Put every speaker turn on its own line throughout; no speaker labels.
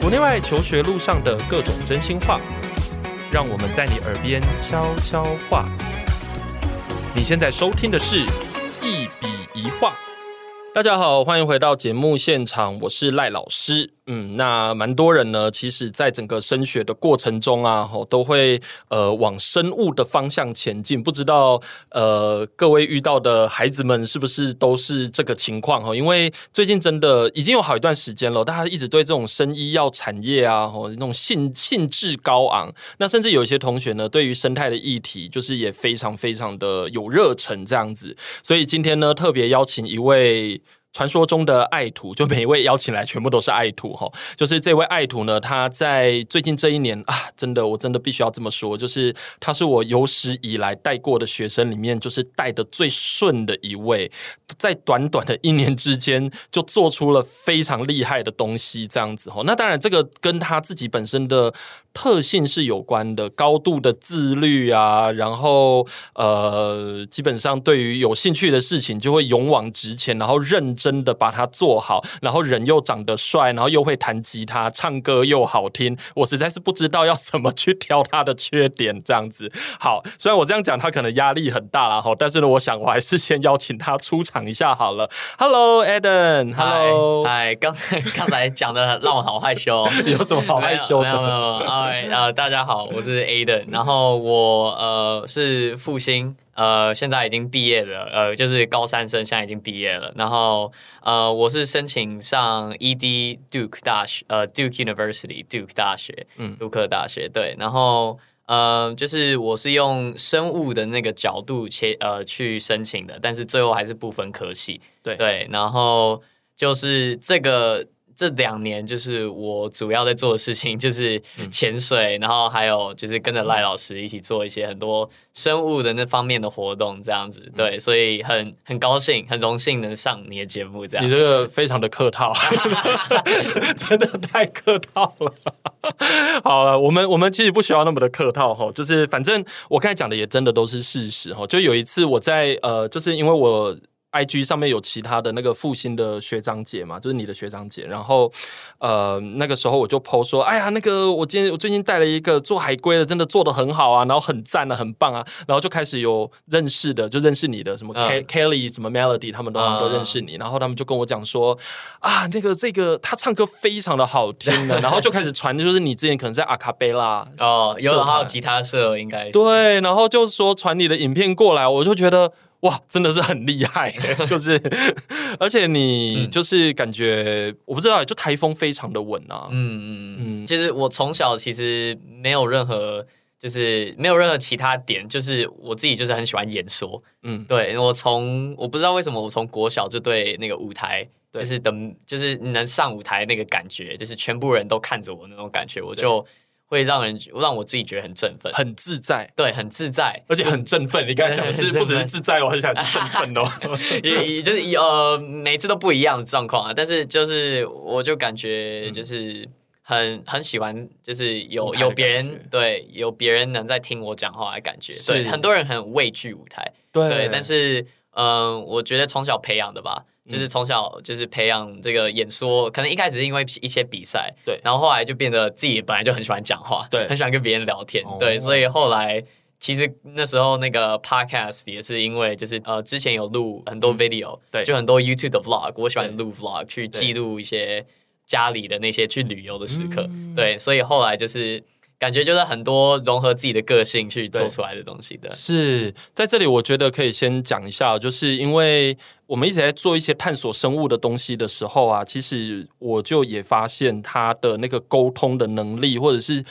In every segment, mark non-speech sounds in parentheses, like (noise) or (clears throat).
国内外求学路上的各种真心话，让我们在你耳边悄悄话。你现在收听的是《一笔一画》。大家好，欢迎回到节目现场，我是赖老师。嗯，那蛮多人呢，其实在整个升学的过程中啊，吼都会呃往生物的方向前进。不知道呃各位遇到的孩子们是不是都是这个情况哈？因为最近真的已经有好一段时间了，大家一直对这种生医药产业啊，吼那种兴兴致高昂。那甚至有一些同学呢，对于生态的议题，就是也非常非常的有热忱这样子。所以今天呢，特别邀请一位。传说中的爱徒，就每一位邀请来，全部都是爱徒哈。 (laughs) 就是这位爱徒呢，他在最近这一年啊，真的，我真的必须要这么说，就是他是我有史以来带过的学生里面，就是带的最顺的一位，在短短的一年之间，就做出了非常厉害的东西，这样子哈。那当然，这个跟他自己本身的特性是有关的，高度的自律啊，然后呃，基本上对于有兴趣的事情就会勇往直前，然后认真的把它做好，然后人又长得帅，然后又会弹吉他，唱歌又好听，我实在是不知道要怎么去挑他的缺点这样子。好，虽然我这样讲他可能压力很大啦哈，但是呢，我想我还是先邀请他出场一下好了。Hello，Eden，Hello，
嗨，刚才 (laughs) 刚才讲的让我好害羞、哦，
(laughs) 有什么好害羞
没有没有没
的？
有，哎呃，大家好，我是 Aden，然后我呃是复兴，呃现在已经毕业了，呃就是高三生，现在已经毕业了，然后呃我是申请上 ED Duke 大学，呃 Duke University Duke 大学，
嗯
嗯，杜克大学对，然后。呃，就是我是用生物的那个角度切呃去申请的，但是最后还是不分科系，
对
对，然后就是这个这两年，就是我主要在做的事情就是
嗯
潜水，然后还有就是跟着赖老师一起做一些很多生物的那方面的活动，这样
嗯
子。对，所以很很高兴，很荣幸能上你的节目，这
你
样。
这个非常的客套， (laughs) 真的太客套了。好了，我们我们其实不需要那么的客套哈，就是反正我刚才讲的也真的都是事实哈。就有一次我在呃，就是因为我。I G 上面有其他的那个复兴的学长姐嘛，就是你的学长姐。然后，呃，那个时候我就 PO 说，哎呀，那个我今天我最近带了一个做海龟的，真的做的很好啊，然后很赞啊，很棒啊。然后就开始有认识的，就认识你的什么
嗯
Ke- Kelly 什么 Melody，他们都他们都
嗯
认识你。然后他们就跟我讲说，啊，那个这个他唱歌非常的好听的，然后就开始传，就是你之前可能在阿卡贝拉。
哦，
社
有还有
团
吉他社应该是
对，然后就说传你的影片过来，我就觉得哇，真的是很厉害， (laughs) 就是，而且你
嗯
就是感觉、我不知道，就台风非常的稳啊，
嗯嗯
嗯
嗯，其实我从小其实没有任何，就是没有任何其他点，就是我自己就是很喜欢演说。
嗯
对我从我不知道为什么我从国小就对那个舞台。
对
就是等，就是能上舞台那个感觉，就是全部人都看着我那种感觉，我
对
就会让人让我自己觉得很振奋，
很自在。
对，很自在，
而且很振奋，你刚才讲的是
对
不
很振奋
只是自在哦，而且还是振奋
(laughs)
哦。
也也就是呃，每次都不一样的状况啊。但是就是我就感觉就是很很喜欢，就是
嗯舞台的
有有别
感觉
人对有别人能在听我讲话的感觉。对，
是
很多人很畏惧舞台，对，但是嗯、呃我觉得从小培养的吧。
嗯
就是从小就是培养这个演说，可能一开始是因为一些比赛，
对
然后后来就变得自己本来就很喜欢讲话，
对
很喜欢跟别人聊天，
哦
对，所以后来其实那时候那个 podcast 也是因为就是呃之前有录很多 video，、
嗯对
就很多 YouTube 的 vlog，我喜欢
对
录 vlog 去
对
记录一些家里的那些去旅游的时刻，
嗯
对，所以后来就是感觉就是很多融合自己的个性去
对
做出来的东西的，
是在这里，我觉得可以先讲一下，就是因为我们一直在做一些探索生物的东西的时候啊，其实我就也发现他的那个沟通的能力，或者是。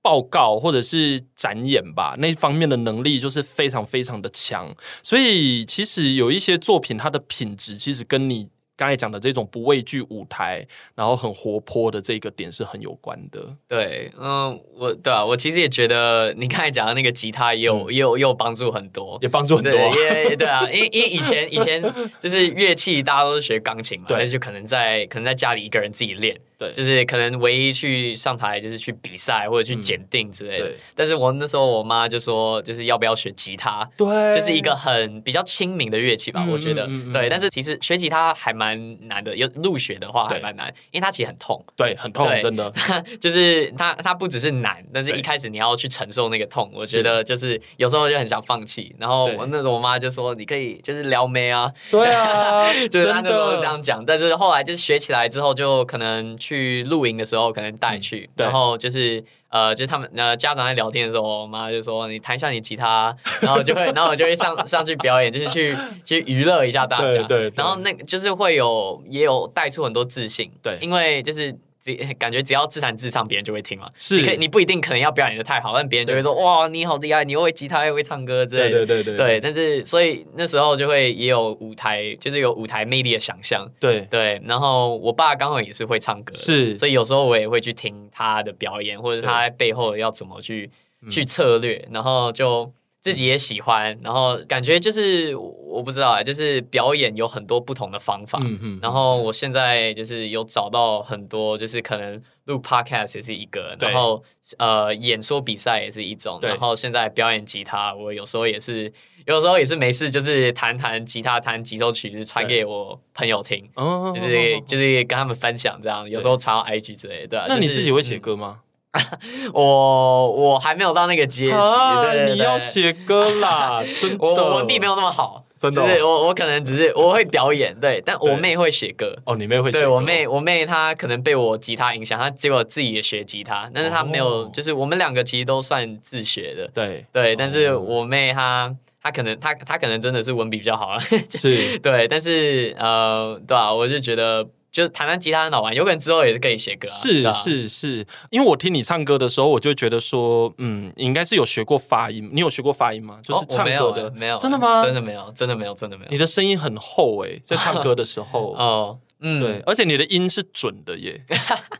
报告或者是展演吧，那方面的能力就是非常非常的强，所以其实有一些作品，它的品质其实跟你刚才讲的这种不畏惧舞台，然后很活泼的这个点是很有关的。
对，嗯，我对啊，我其实也觉得你刚才讲的那个吉他也有、也有也有帮助很多，
嗯也帮助很多啊
对，也对啊，因为因为以
(laughs)
前以前就是乐器大家都是学钢琴嘛，
对
但是就可能在可能在家里一个人自己练，
对
就是可能唯一去上台就是去比赛或者去检定之类
嗯
的。
对
但是我那时候我妈就说，就是要不要学吉他？
对
就是一个很比较亲民的乐器吧，
哎嗯
我觉得、
嗯嗯嗯
对。但是其实学吉他还蛮难的，有入学的话还
对
蛮难，因为它其实很痛，
对，很痛，
对
真的。
就是它它不只是难，但是
对
一开始你要去承受那个痛，我觉得就是有时候就很想放弃。然后
对
我那时候我妈就说，你可以就是撩妹啊，
对啊，
就是他
真
那时候这
的，
样讲，但是后来就是学起来之后，就可能去露营的时候可能带去，
嗯对
然后就是呃，就是他们呃家长在聊天的时候，我妈就说你弹一下你吉他，然后就会，然后我就会上上去表演，就是去去娱乐一下大家，
对对对
然后那个就是会有也有带出很多自信，
对
因为就是。只感觉只要自弹自唱，别人就会听嘛。
是
你可以你不一定可能要表演的太好，但别人就会说：“哇，你好厉害，你又会吉他，又会唱歌之类的。”
对对对对
对，但是所以那时候就会也有舞台，就是有舞台魅力的想象。
对，
对，然后我爸刚好也是会唱歌，，
是，
所以有时候我也会去听他的表演，或者他在背后要怎么去
嗯
去策略，然后就自己也喜欢，然后感觉就是我我不知道啊，就是表演有很多不同的方法。
嗯嗯，
然后我现在就是有找到很多，就是可能录 podcast 也是一个，
对
然后呃演说比赛也是一种，
对
然后现在表演吉他，我有时候也是，有时候也是没事就是弹弹吉他，弹几首曲子传
对
给我朋友听，
哦
就是就是跟他们分享这样，有时候传到 IG 之类的。对啊
那你
就是
自己会写歌吗？
嗯我我还没有到那个阶级，对对对
你要写歌啦，真的，
我我文笔没有那么好，
真的哦
就是我我可能只是我会表演，对，但我妹会写歌。
哦，你妹会写
对
歌，
我妹，我妹她可能被我吉他影响，她结果自己也学吉他，但是她没有，
哦
就是我们两个其实都算自学的，
对
对。但是
哦
我妹她她可能她她可能真的是文笔比较好啊， (laughs)
是，
对。但是呃，对啊，我就觉得就是弹弹吉他很好玩，有可能之后也是可以写歌、啊，对
是
啊，
是是，因为我听你唱歌的时候，我就觉得说，嗯，你应该是有学过发音，你有学过发音吗？就是
哦我
唱
没有
歌
欸
的，
没有欸
真的吗？
真的没有，真的没有，真的没有
你。的声音很厚诶，在唱歌的时候，
哦，嗯，
对，而且你的音是准的
(laughs)
耶。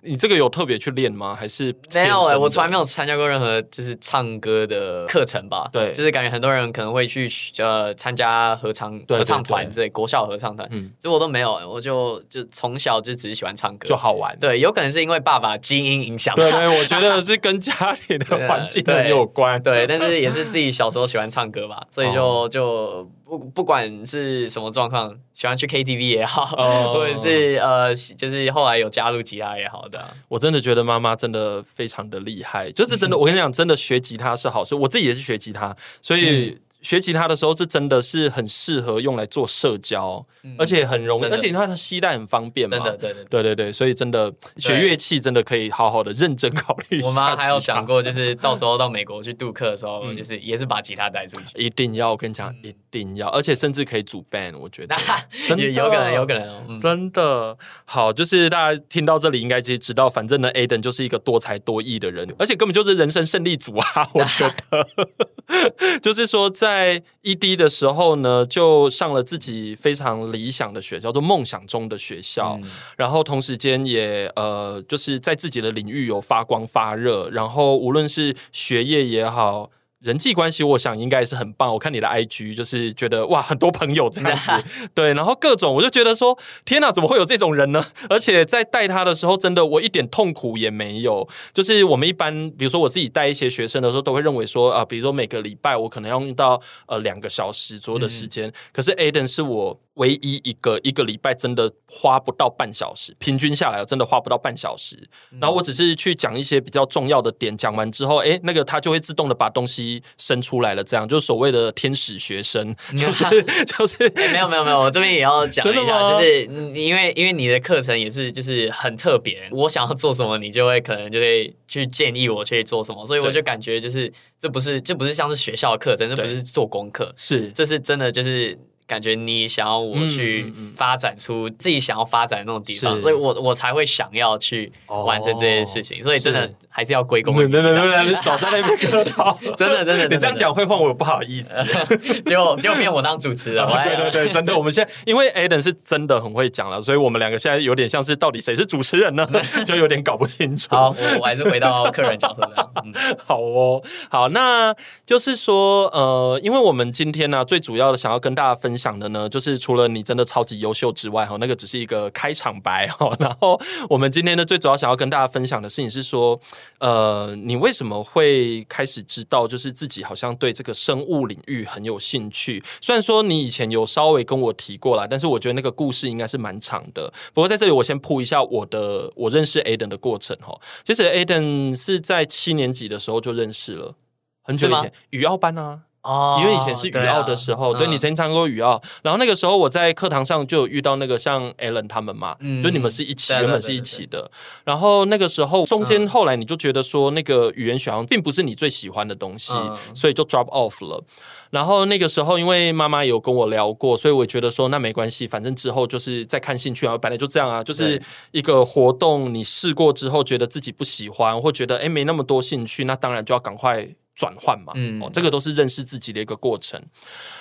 你这个有特别去练吗？还是
没有哎、
哎，
我从来没有参加过任何就是唱歌的课程吧。
对
就是感觉很多人可能会去呃参加合唱
对
合唱团
对
之类，国小合唱团，
嗯
这我都没有、欸，我就就从小就只是喜欢唱歌。
就好
(laughs)
玩。
对，有可能是因为爸爸基因影响。
对对，我觉得是跟家里的
对
环境
啊 (laughs) 对
很有关。
(laughs) 对，但是也是自己小时候喜欢唱歌
(laughs)
吧，所以就、
哦
就不不管是什么状况，喜欢去 KTV 也好，
哦
(laughs) 或者是呃，就是后来有加入吉他也好的。
我真的觉得妈妈真的非常的厉害，就是真的，
(laughs)
我跟你讲，真的学吉他是好事。我自己也是学吉他，所
嗯
以学吉他的时候是真的是很适合用来做社交，嗯而且很容易，
嗯真的
而且它的携带很方便嘛。
真的，对对对。
对对对，所以真的学乐器真的可以好好的认真考 (laughs) 虑一下。嗯
我妈还有想，过，就是到时候到美国去度客的时候，就是也是把吉他带出去，
一定要，我跟你讲，一定要，而且甚至可以组 band，我觉得 (laughs) 真的
(laughs) 也有可能，有可能哦。
(laughs)
嗯，
真的好，就是大家听到这里应该其实知道，反正呢，Aden 就是一个多才多艺的人，而且根本就是人生胜利组啊！ (laughs) 我觉得，就是说在 ED 的时候呢，就上了自己非常理想的学校，就梦想中的学校，
嗯
然后同时间也呃，就是在自己的领域有发光发热，然后无论是学业也好。人际关系，我想应该是很棒。我看你的 IG，就是觉得哇，很多朋友这样子，对，然后各种，我就觉得说，天哪，怎么会有这种人呢？ (laughs) 而且在带他的时候，真的我一点痛苦也没有。就是我们一般，比如说我自己带一些学生的时候，都会认为说啊、比如说每个礼拜我可能要用到呃两个小时左右的时间，可是 Aden 是我唯一一个一个礼拜真的花不到半小时，平均下来真的花不到半小时。然后我只是去讲一些比较重要的点，讲完之后，诶，那个他就会自动的把东西生出来了，这样就是所谓的天使学生， (laughs) 就是就是
哎没有没有没有，我这边也要讲
真
一
的
下，
吗
就是你因为因为你的课程也是就是很特别，我想要做什么，你就会可能就会去建议我去做什么，所以我
对
就感觉就是这不是这不是像是学校的课程，这不
对
是做功课，
是
这是真的就是。感觉你想要我
嗯
去
嗯嗯
发展出自己想要发展的那种地方，
是
所以我我才会想要去
哦
完成这件事情，所以真的
是
还是要归功于
没没
你
没没没，你少在那边磕头。
(laughs) 真的真的真的，
你这样讲会换我不好意思。
真的，结果结果变我当主持人，我还
哦对对对，真的，我们现在因为 Aden 是真的很会讲了，所以我们两个现在有点像是到底谁是主持人呢，就有点搞不清楚。
好，我我还是回到客人角色上，嗯
好哦，好，那就是说，呃，因为我们今天呢、最主要的想要跟大家分享的呢，就是除了你真的超级优秀之外，哦哈，那个只是一个开场白哈。然后我们今天呢，最主要想要跟大家分享的事情是说，呃，你为什么会开始知道，就是自己好像对这个生物领域很有兴趣？虽然说你以前有稍微跟我提过啦，但是我觉得那个故事应该是蛮长的。不过在这里，我先铺一下我的我认识 Aden 的过程哈。其实 Aden 是在七年级的时候就认识了，很久以
是吗
前，语奥班啊。
哦
因为以前是语奥的时
啊
候，对,、你曾经唱过语奥，然后那个时候我在课堂上就有遇到那个像 Alan 他们嘛，
嗯
就你们是一起，
对对嗯
原本是一起的，然后那个时候中间后来你就觉得说那个语言学好像并不是你最喜欢的东西，
嗯
所以就 drop off 了。然后那个时候，因为妈妈有跟我聊过，所以我觉得说那没关系，反正之后就是再看兴趣啊，本来就这样啊，就是
对
一个活动，你试过之后觉得自己不喜欢，或觉得诶没那么多兴趣，那当然就要赶快转换嘛。
嗯
哦，这个都是认识自己的一个过程。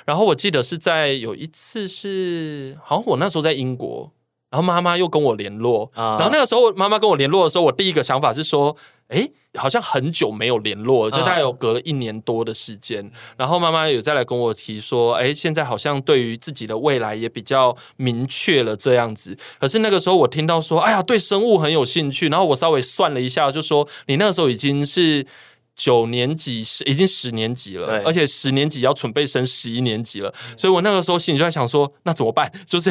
然后我记得是在有一次是，好像我那时候在英国，然后妈妈又跟我联络，
啊
然后那个时候妈妈跟我联络的时候，我第一个想法是说，诶，好像很久没有联络了，
嗯
就大概有隔了一年多的时间。然后妈妈有再来跟我提说，诶，现在好像对于自己的未来也比较明确了这样子。可是那个时候我听到说，哎呀，对生物很有兴趣，然后我稍微算了一下，就说你那个时候已经是。九年级是已经十年级了
对，
而且十年级要准备升十一年级了，所以我那个时候心里就在想说，那怎么办？ (laughs) 就是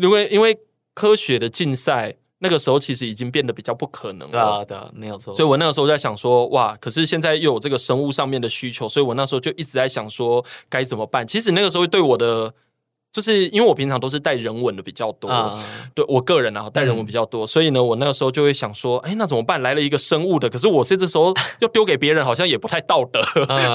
因为因为科学的竞赛，那个时候其实已经变得比较不可能
对
了。
啊对啊，没有错，
所以我那个时候在想说，哇，可是现在又有这个生物上面的需求，所以我那时候就一直在想说该怎么办。其实那个时候对我的，就是因为我平常都是带人文的比较多，
啊
对我个人啊，带人文比较多，所以呢，我那个时候就会想说，哎，那怎么办？来了一个生物的，可是我是这时候要丢给别人，好像也不太道德，
嗯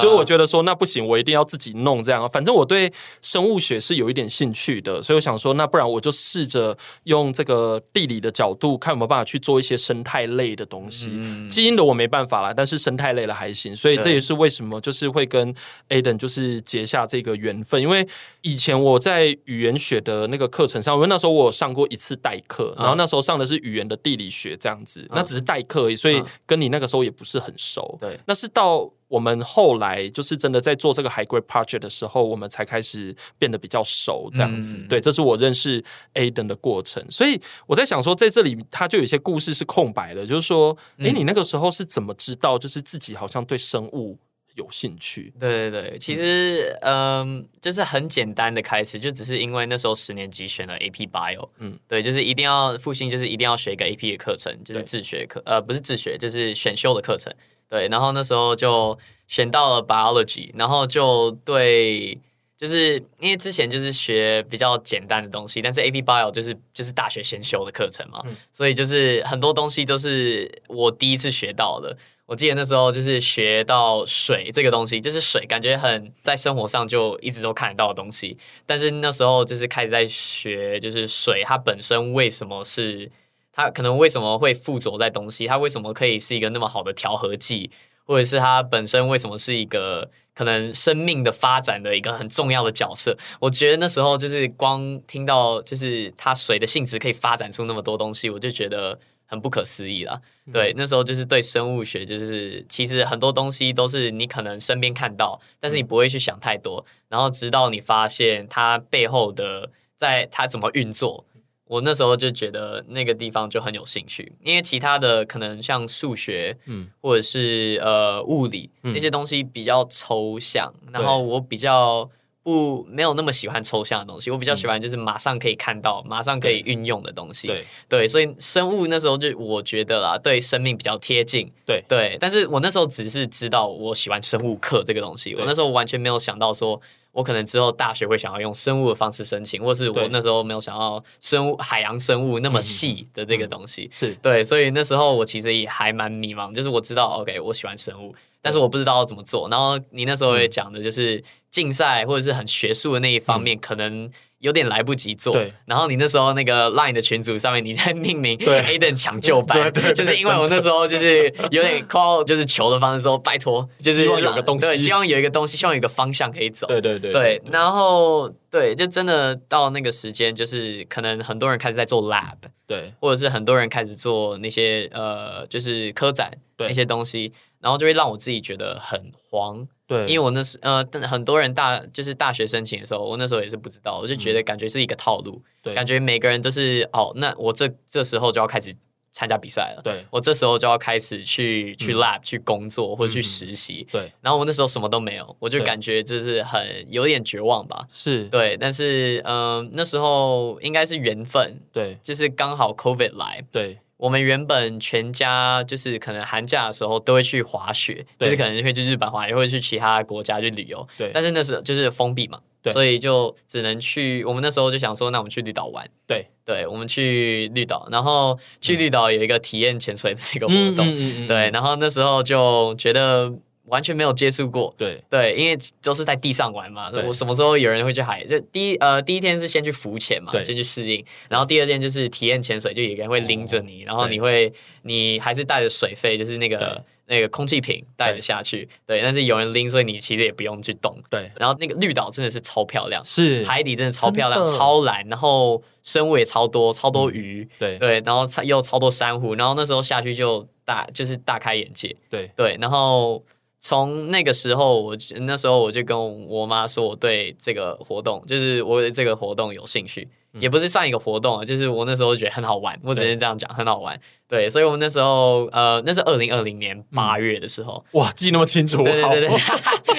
(laughs) 就是我觉得说那不行，我一定要自己弄这样。反正我对生物学是有一点兴趣的，所以我想说，那不然我就试着用这个地理的角度，看有没有办法去做一些生态类的东西。
嗯
基因的我没办法啦，但是生态类的还行，所以
对
这也是为什么就是会跟 Aden 就是结下这个缘分，因为以前我在语言学的那个课程上，因为那时候我有上过一次代课，
嗯
然后那时候上的是语言的地理学这样子，那只是代课而已，所以跟你那个时候也不是很熟。
嗯对
那是到我们后来就是真的在做这个海龟 project 的时候，我们才开始变得比较熟，这样子。
嗯
对，这是我认识 Aden 的过程。所以我在想说，在这里他就有一些故事是空白的，就是说，
嗯
诶，你那个时候是怎么知道，就是自己好像对生物有兴趣？
对对对，其实嗯就是很简单的开始，就只是因为那时候十年级选了 AP Bio，
嗯
嗯，对，就是一定要复兴，就是一定要学一个 AP 的课程，就是
对
自学课，呃，不是自学，就是选修的课程，对，然后那时候就选到了 Biology，然后就对。就是因为之前就是学比较简单的东西，但是 AP Bio 就是就是大学先修的课程嘛，所以就是很多东西都是我第一次学到的。我记得那时候就是学到水这个东西，就是水感觉很在生活上就一直都看得到的东西，但是那时候就是开始在学，就是水它本身为什么是它可能为什么会附着在东西，它为什么可以是一个那么好的调和剂，或者是它本身为什么是一个可能生命的发展的一个很重要的角色。我觉得那时候就是光听到就是它水的性质可以发展出那么多东西，我就觉得很不可思议啦。对，那时候就是对生物学，就是其实很多东西都是你可能身边看到，但是你不会去想太多，然后直到你发现它背后的在它怎么运作。我那时候就觉得那个地方就很有兴趣，因为其他的可能像数学，
嗯
嗯，或者是呃物理
嗯
那些东西比较抽象，然后我比较不没有那么喜欢抽象的东西，我比较喜欢就是马上可以看到、马上可以运用的东
嗯
西。
对，
对，所以生物那时候就我觉得啦，对生命比较贴近。
对
对，但是我那时候只是知道我喜欢生物课这个东西，
对
我那时候完全没有想到说。我可能之后大学会想要用生物的方式申请，或是
对嗯
我那时候没有想到生物海洋生物那么细的这个东西，
是
对，所以那时候我其实也还蛮迷茫，就是我知道 OK 我喜欢生物，但是我不知道要怎么做。然后你那
嗯
时候也讲的就是竞赛或者是很学术的那一方面，可能有点来不及做。
对。
然后你那时候那个 Line 的群组上面，你在命名
对嗯
Aiden 抢救班，
对对对
就是因为我那时候就是有点 call 就是求的方式说，拜托，就是
希望有个东西
对希望有一个东西，希望有一个方向可以走。
对对对
对，然后对，就真的到那个时间，就是可能很多人开始在做 lab，
对
或者是很多人开始做那些呃，就是科展
对
那些东西，然后就会让我自己觉得很慌，
对，
因为我那时呃，但很多人大就是大学申请的时候，我那时候也是不知道，我就觉得感觉是一个套路，
嗯对
感觉每个人都是哦，那我这这时候就要开始参加比赛了，
对
我这时候就要开始去去
嗯
lab、去工作或者
嗯
去
嗯
实习，
对
然后我那时候什么都没有，我就
对
感觉就是很有点绝望吧。
是，
对，但是嗯、呃那时候应该是缘分，
对
就是刚好 COVID 来，
对
我们原本全家就是可能寒假的时候都会去滑雪，
对
就是可能会去日本滑，也会去其他国家去旅游。
对
但是那时候就是封闭嘛，
对
所以就只能去。我们那时候就想说，那我们去绿岛玩。
对，
对，我们去绿岛，然后去绿岛有一个体验潜水的这个活
嗯
动。
嗯
对，然后那时候就觉得完全没有接触过。
对
对，因为都是在地上玩嘛。
对
我什么时候有人会去海？就第一呃第一天是先去浮潜嘛
对，
先去适应，然后第二天就是体验潜水，就有个人会拎着你，然后
哦对
你会你还是带着水费，就是那
对
个那个空气瓶带着下去。对，但是有人拎，所以你其实也不用去动。
对
然后那个绿岛真的是超漂亮，
是，
海底真的超漂亮，
真的嗯
超蓝，然后生物也超多，超多鱼，
对
对，然后超又超多珊瑚，然后那时候下去就大就是大开眼界。
对
对，然后从那个时候我就，那时候我就跟我妈说，我对这个活动，就是我对这个活动有兴趣，也不是算一个活动啊，就是我那时候觉得很好玩，我只
嗯对
是这样讲，很好玩。对，所以我们那时候，呃，那是二零二零年
嗯
八月的时候。
哇，记那么清楚，
对对
好
对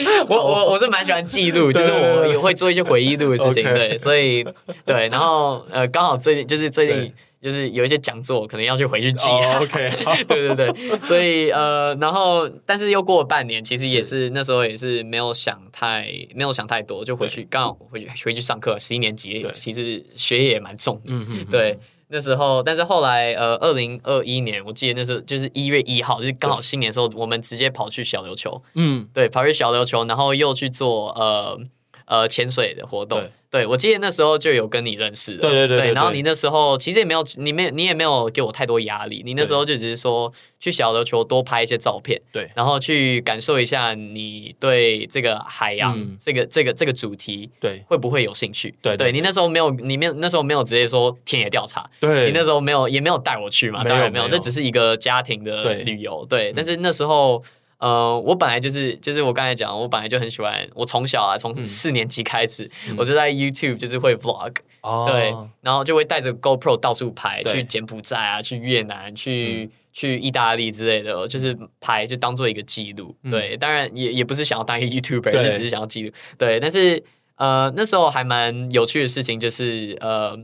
对，我我我是蛮喜欢记录，就
(laughs)
是
对对对
我
对
也会做一些回忆录的事
OK
情，对，所以对，然后呃，刚好最近就是最
对
近就是有一些讲座，我可能要去回去记，
哦 OK，好
(laughs) 对对对，所以呃，然后但是又过了半年，其实也是那时候也是没有想太没有想太多，就回去刚好回去回去上课，十一年级
对
其实学业也蛮重的，
嗯嗯，嗯
对。那时候，但是后来，呃，二零二一年，我记得那时候就是一月一号，就是刚好新年的时候，我们直接跑去小琉球，
嗯
对，跑去小琉球，然后又去做呃呃潜水的活动。
对
对我记得那时候就有跟你认识了。
对对对对对
然后你那时候其实也没有，你没你也没有给我太多压力，你那时候就只是说去小琉球多拍一些照片，
对
然后去感受一下你对这个海洋、
嗯
这个这个这个主题。
对
会不会有兴趣？
对对对
你那时候没有，你没有那时候没有直接说田野调查，
对，
你那时候没有，也没有带我去嘛，
没有
当然
没
没有，
有
这只是一个家庭的
对嗯
旅游，对。但是那时候，呃，我本来就是，就是我刚才讲，我本来就很喜欢，我从小啊，从
嗯
四年级开始，我就在 YouTube 就是会 vlog，、
哦
对，然后就会带着 GoPro 到处拍，
对嗯
去柬埔寨啊，去越南，去、去意大利之类的，就是拍，就当做一个记录。
嗯
对，当然也也不是想要当一个 YouTuber，
对
就只是想要记录。对，但是呃，那时候还蛮有趣的事情就是呃。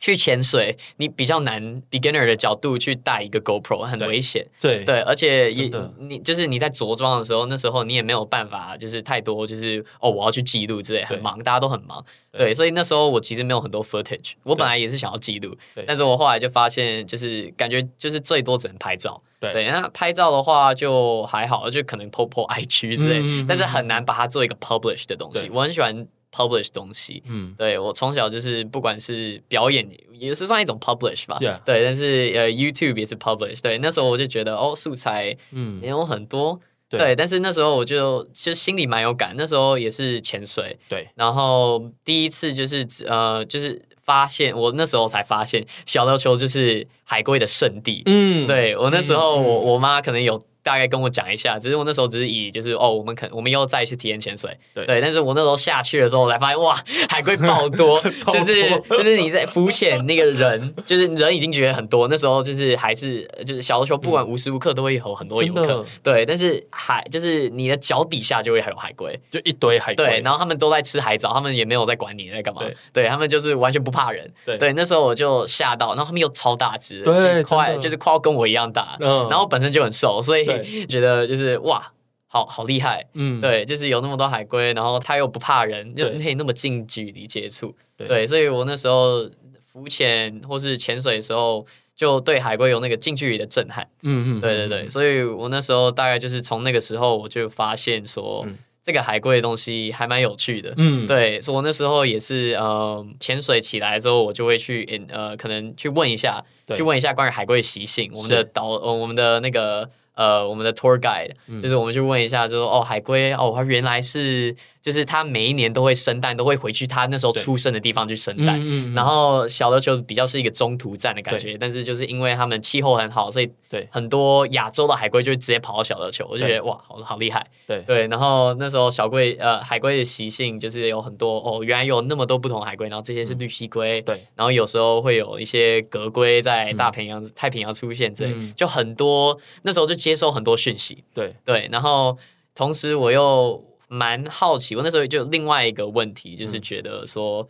去潜水，你比较难 beginner 的角度去带一个 GoPro 很
对
危险，
对
对，而且也
真的
你就是你在着装的时候，那时候你也没有办法，就是太多就是哦，我要去记录之类，很
对
忙，大家都很忙，
对
对，所以那时候我其实没有很多 footage，我
对
本来也是想要记录
对，
但是我后来就发现，就是感觉就是最多只能拍照，
对
对，那拍照的话就还好，就可能 po (laughs) po IG 之类，
嗯嗯嗯
但是很难把它做一个 publish 的东
对
西，我很喜欢 publish 东西，
嗯
对我从小就是不管是表演也是算一种 publish 吧
Yeah
对，但是呃 YouTube 也是 publish，对，那时候我就觉得哦素材
嗯
没有很多，
对
但是那时候我就其实心里蛮有感，那时候也是潜水，
对
然后第一次就是呃就是发现我那时候才发现小琉球就是海龟的圣地，
嗯 (laughs)
对我那时候
嗯嗯
我、我妈可能有大概跟我讲一下，只是我那时候只是以就是哦，我们可我们要再去体验潜水，
对
但是我那时候下去的时候，我才发现哇，海龟爆多，
(laughs) 超
就
多
是就是你在浮潜那个人，就是人已经觉得很多，那时候就是还是呃就是小的时候，不管无时无刻都会有很多游
嗯真的
客，对，但是海就是你的脚底下就会还有海龟，
就一堆海
对，
龟，
然后他们都在吃海藻，他们也没有在管你在干嘛，
对
他们就是完全不怕人。
对
那时候我就吓到，然后他们又超大只，
对
就是快
真的
就是快要跟我一样大，
嗯
然后本身就很瘦，所
对
以 (laughs) 觉得就是哇，好好厉害。
嗯
对，就是有那么多海龟，然后它又不怕人，就
对
可以那么近距离接触。
对
对，所以我那时候浮潜或是潜水的时候，就对海龟有那个近距离的震撼。
嗯嗯
对对对，所以我那时候大概就是从那个时候我就发现说，
嗯
这个海龟的东西还蛮有趣的。
嗯
对，所以我那时候也是，呃，潜水起来的时候，我就会去，呃，可能去问一下，
对
去问一下关于海龟的习性。我们
是
的导，呃我们的
嗯
那个，呃，我们的 tour guide，、就是我们去问一下，就说，哦，海龟，哦，它原来是，就是他每一年都会生蛋，都会回去他那时候
对
出生的地方去生蛋。
嗯嗯，
然后小琉球比较是一个中途站的感觉，但是就是因为他们气候很好，所以
对
很多亚洲的海龟就会直接跑到小琉球，我就觉得哇，好好厉害。
对
对，然后那时候小龟呃海龟的习性就是有很多哦，原来有那么多不同的海龟，然后这些
嗯
是绿蜥龟，
对，
然后有时候会有一些格龟在大平洋、太平洋出现之类，
嗯
就很多那时候就接收很多讯息，
对，
对，然后同时我又蛮好奇，我那时候就有另外一个问题，
嗯
就是觉得说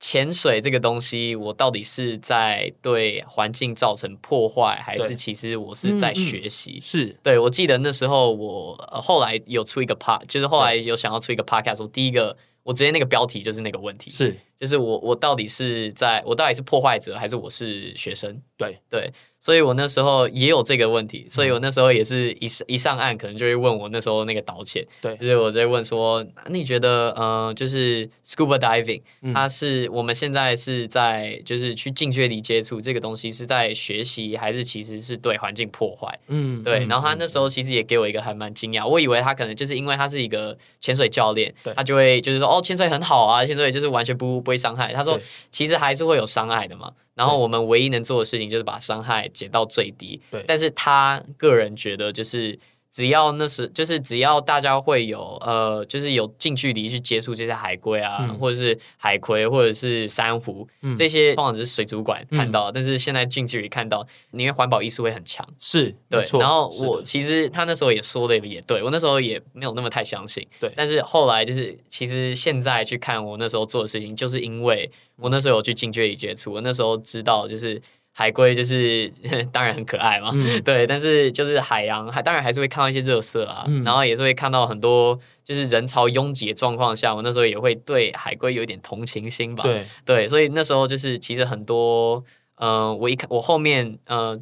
潜水这个东西，我到底是在对环境造成破坏，还是
对嗯
其实我是在学习？
是，
对，我记得那时候我、呃后来有出一个 pod，就是后来有想要出一个 podcast，我第一个我直接那个标题就是那个问题，
是，
就是我我到底是在我到底是破坏者还是我是学生？
对
对，所以我那时候也有这个问题，所
嗯
以我那时候也是一上一上岸，可能就会问我那时候那个导潜，
对
就是我在问说，啊你觉得呃，就是 scuba diving，、
嗯
它是我们现在是在就是去近距离接触这个东西是在学习，还是其实是对环境破坏？
嗯，
对，
嗯
然后他那时候其实也给我一个还蛮惊讶，我以为他可能就是因为他是一个潜水教练
对，
他就会就是说哦，潜水很好啊，潜水就是完全不不会伤害。他说
对
其实还是会有伤害的嘛，然后
对
我们唯一能做的事情就是把伤害减到最低。
对
但是他个人觉得就是。只要那时就是只要大家会有呃，就是有近距离去接触这些海龟啊，
嗯
或者是海葵，或者是珊瑚，
嗯
这些通常只是水族馆看到，但是现在近距离看到，因为环保意识会很强。
是，
对
没，错
然后
是
我
的
其实他那时候也说的也对，我那时候也没有那么太相信。
对
但是后来就是，其实现在去看我那时候做的事情，就是因
嗯
为我那时候有去近距离接触，我那时候知道就是海龟就是 (laughs) 当然很可爱嘛，
嗯
对，但是就是海洋还当然还是会看到一些热色啊，
嗯
然后也是会看到很多就是人潮拥挤的状况下，我那时候也会对海龟有一点同情心吧。
对
对，所以那时候就是其实很多，呃，我一开我后面，呃，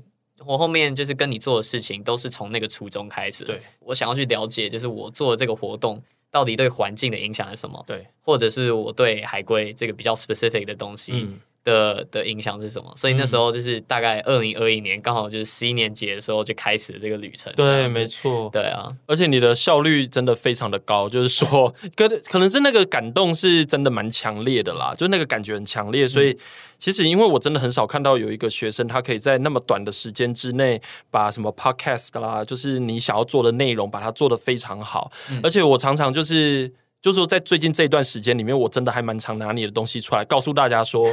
我后面就是跟你做的事情都是从那个初衷开始。
对，
我想要去了解，就是我做的这个活动到底对环境的影响是什么，
对，
或者是我对海龟这个比较 specific 的东西
嗯
的、的影响是什么。所以那时候就是大概二零二一年，刚好就是十一年级的时候就开始了这个旅程。这
对，
样子
没错。
对啊，
而且你的效率真的非常的高，就是说，可可能是那个感动是真的蛮强烈的啦，就是那个感觉很强烈。所以，其实因为我真的很少看到有一个学生，他可以在那么短的时间之内，把什么 podcast 啦，就是你想要做的内容，把它做得非常好。而且我常常就是。就是说，在最近这一段时间里面，我真的还蛮常拿你的东西出来，告诉大家说，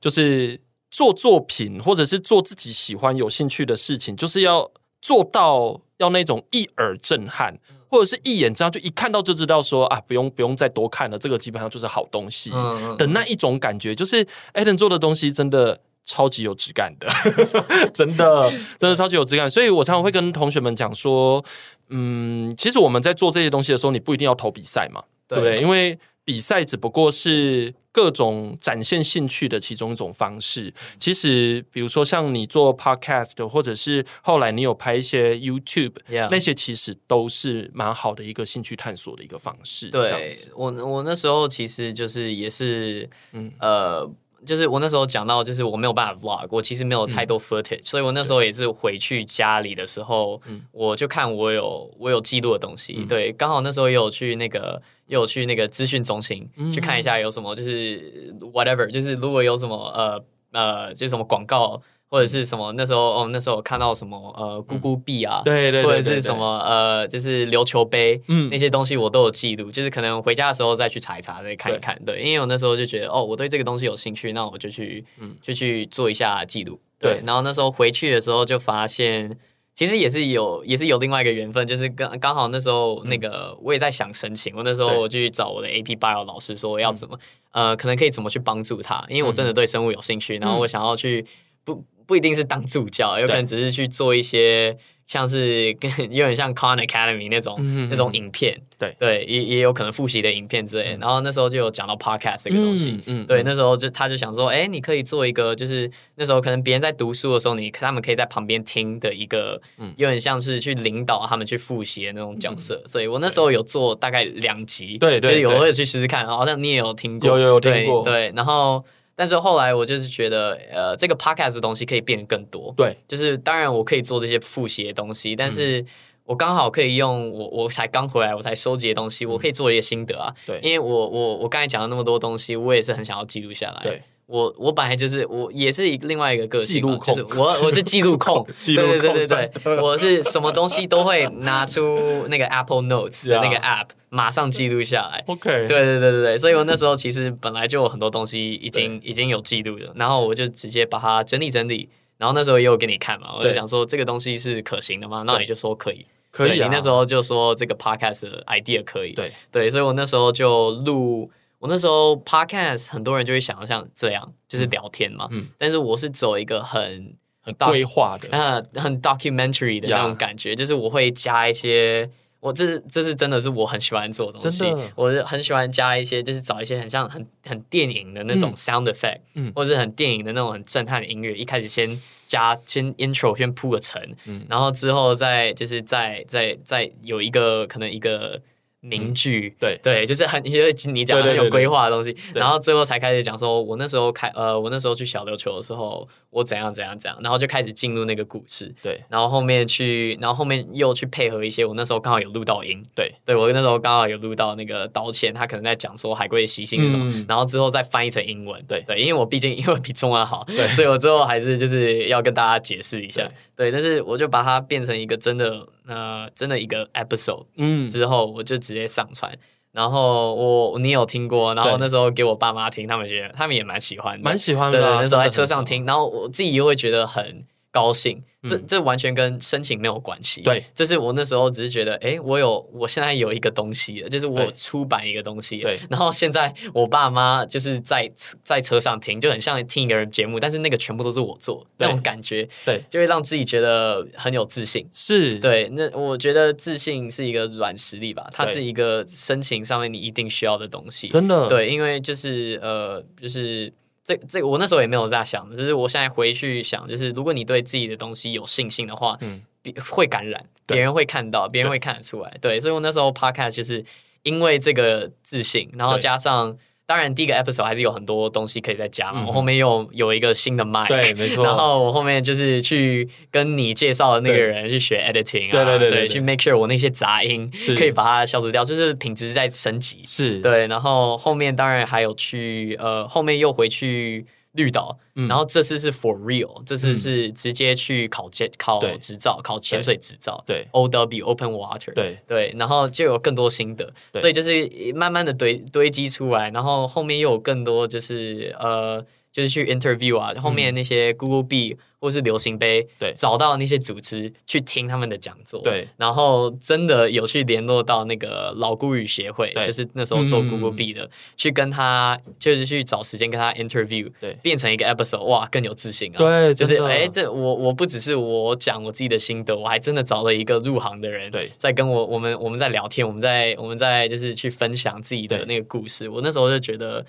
就是做作品或者是做自己喜欢、有兴趣的事情，就是要做到要那种一耳震撼，或者是一眼这样就一看到就知道说啊，不用不用再多看了，这个基本上就是好东西
嗯
的那一种感觉。就是 Eden 做的东西真的。超级有质感的， (laughs) 真的，真的超级有质感。所以我常常会跟同学们讲说，嗯，其实我们在做这些东西的时候，你不一定要投比赛嘛，对不对？因为比赛只不过是各种展现兴趣的其中一种方式。其实，比如说像你做 podcast，或者是后来你有拍一些 YouTube，、
Yeah
那些其实都是蛮好的一个兴趣探索的一个方式。这样
对
子
我，我那时候其实就是也是，
嗯
呃，就是我那时候讲到，就是我没有办法 vlog，我其实没有
嗯
太多 footage，、所以我那时候也是回去家里的时候，
嗯
我就看我有我有记录的东西，对，刚好那时候也有去那个也有去那个资讯中心、
嗯
去看一下有什么，就是 whatever，就是如果有什么呃呃，就是什么广告。或者是什么？那时候哦，那时候我看到什么呃，咕咕币啊，
嗯对对对，
或者
对
是
对
什么呃，就是琉球杯，
嗯
那些东西我都有记录，就是可能回家的时候再去查一查，再看一看，对，因为我那时候就觉得哦，我对这个东西有兴趣，那我就去，
嗯
就去做一下记录，对，
对
然后那时候回去的时候就发现。其实也是有，也是有另外一个缘分，就是刚刚好那时候那个我也在想申请，我那时候
嗯对
我就去找我的 AP Bio 老师说要怎么、呃，可能可以怎么去帮助他，因为我
嗯
真的对生物有兴趣，然后我想要去不不一定是当助教，有可能只是去做一些像是跟 (laughs) 有点像 Khan Academy 那种、
嗯嗯嗯
那种影片，
对嗯
对，也也有可能复习的影片之类。然后那时候就有讲到 podcast 这个东西，
嗯嗯嗯
对，那时候就他就想说，哎、你可以做一个，就是那时候可能别人在读书的时候，你他们可以在旁边听的一个，
嗯
有点像是去领导他们去复习的那种角色。所以我那时候有做大概两集，
对对
就是有
对
会去试试看，好像你也有听过，
有有有听
对
过
对。然后，但是后来我就是觉得，呃，这个 podcast 的东西可以变得更多，
对嗯
就是当然我可以做这些复习的东西，但是我刚好可以用我我才刚回来，我才收集的东西，我
嗯
可以做一个心得啊。
对
因为我我我刚才讲了那么多东西，我也是很想要记录下来。
对，
我我本来就是我也是一另外一个个性嘛
记录控
就是我我是记录控，
(laughs) 记录控
对对对对
真
对，我是什么东西都会拿出那个 Apple Notes 的
(laughs)
那个 app，马上记录下来。
OK，
对对对对对，所以我那时候其实本来就有很多东西已经已经有记录了，然后我就直接把它整理整理。然后那时候也有给你看嘛，我就
对
想说这个东西是可行的吗？那你就说可以，
可以
对
啊。
你那时候就说这个 podcast 的 idea 可以，
对
对，所以我那时候就录，我那时候 podcast 很多人就会想像这样，就是聊天嘛，
嗯
但是我是走一个很
很规划的，
呃很 documentary 的那种
呀
感觉就是我会加一些，我这是这是真的是我很喜欢做的东西
真的，
我是很喜欢加一些，就是找一些很像很很电影的那种
嗯
sound effect，
嗯
或者是很电影的那种很震撼的音乐，一开始先加先 intro 先铺个层，
嗯
然后之后再就是再再再有一个可能一个
嗯
名句。
对
对，就是很就是你讲的
对对
很有
对对
规划的东西，
对
然后最后才开始讲说，我那时候开呃，我那时候去小琉球的时候，我怎样怎样怎样，然后就开始进入那个故事，
对
然后后面去，然后后面又去配合一些，我那时候刚好有录到音，
对，
对我那时候刚好有录到那个刀切，他可能在讲说海龟的习性是什么，
嗯
然后之后再翻译成英文，
对
对，因为我毕竟英文比中文好，所以我最后还是就是要跟大家解释一下，对，但是我就把它变成一个真的呃真的一个 episode，
嗯，
之后我就直接上传。然后我你有听过，然后
对
那时候给我爸妈听，他们觉得他们也蛮喜欢的，
蛮喜欢的
对对，
啊
那时候在车
真的
上
很喜
听，然后我自己又会觉得很高兴，这
嗯
这完全跟申请没有关系。
对，
这是我那时候只是觉得，哎，我有我现在有一个东西了，就是我有
对
出版一个东西了。
对
然后现在我爸妈就是在在车上听，就很像听一个人节目，但是那个全部都是我做，
对
那种感觉
对
就会让自己觉得很有自信。
是，
对，那我觉得自信是一个软实力吧，它
对
是一个申请上面你一定需要的东西。
真的，
对，因为就是呃，就是这这，我那时候也没有这样想，只是我现在回去想，就是如果你对自己的东西有信心的话，
嗯
别会感染，
对
别人会看到，别人会看得出来。对，所以我那时候 podcast 就是因为这个自信，然后
对
加上。当然，第一个 episode 还是有很多东西可以再加嘛。
嗯
我后面又有一个新的麦，
对，
(laughs)
没错，
然后我后面就是去跟你介绍的那个人去学 editing 啊，
对对对对对
去 make sure 我那些杂音
是
可以把它消除掉，就是品质在升级。
是，
对，然后后面当然还有去呃，后面又回去绿岛，
嗯
然后这次是 for real，这次
嗯
是直接去考监考
对
执照，考潜水执照，
对
，O W Open Water，
对
对，然后就有更多心得，
对
所以就是慢慢的堆堆积出来，然后后面又有更多就是呃，就是去 interview 啊，后面那些 Google B 或是流行杯，
嗯对
找到那些组织去听他们的讲座，
对，
然后真的有去联络到那个老孤语协会，
对
就是那时候做
嗯
Google B 的，去跟他就是去找时间跟他 interview，
对
变成一个 episode，哇，更有自信啊，
对，
就是
真的
哎，这我我不只是我讲我自己的心得，我还真的找了一个入行的人，
对
在跟我我们我们在聊天，我们在我们在就是去分享自己的
对
那个故事。我那时候就觉得，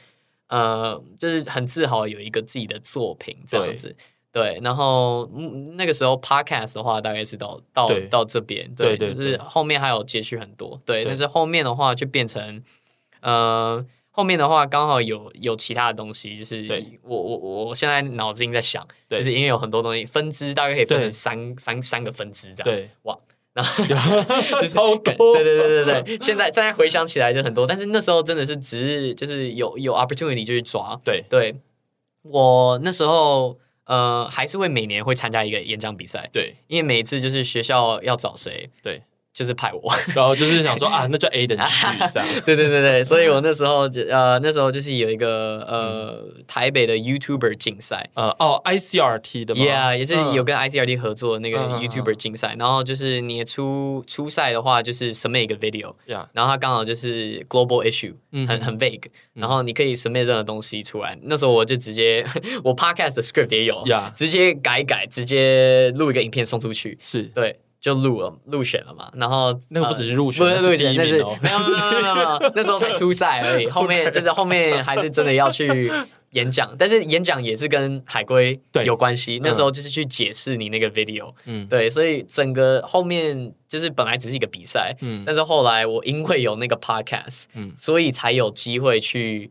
呃，就是很自豪有一个自己的作品这样
对
子。对，然后嗯那个时候 podcast 的话，大概是到到
对
到这边，
对对
就是
对
后面还有接续很多，对，
对
但是后面的话就变成，呃，后面的话刚好有有其他的东西，就是
对
我我我我现在脑子已经在想，
对
就是因为有很多东西分支，大概可以分成
对
三三三个分支这样，，
对，
(laughs) 哇，然后
超多，
对对对对对，现在现在回想起来就很多，但是那时候真的是只是就是有有 opportunity 就去抓，
对
对我那时候呃还是会每年会参加一个演讲比赛，
对
因为每一次就是学校要找谁，
对，
就是派我。 (laughs)
然后就是想说啊，那就 A 等去这样，
对对对对，所以我那时候就呃那时候就是有一个呃、
嗯
台北的 YouTuber 竞赛。
呃，哦，ICRT 的吗
Yeah，也是有
嗯
跟 ICRD 合作的那个
嗯嗯嗯
YouTuber 竞赛，然后就是你的初初赛的话，就是审美一个 video，
呀，
然后它刚好就是 global issue，
嗯
很很 vague，然后你可以 submit 任何东西出来。那时候我就直接我 podcast 的 script 也有
Yeah
直接改一改，直接录一个影片送出去，
是
对，就录了入选了嘛。然后
那个不只是入选
不是入选，
那
那
是第一
是
名哦
没有没有没有没有没有，那时候才初赛而已。后面就是后面还是真的要去演讲，但是演讲也是跟海龟
对
有关系。那时候就是去解释你那个 video，
嗯
对，所以整个后面就是本来只是一个比赛，
嗯
但是后来我因为有那个 podcast，
嗯
所以才有机会去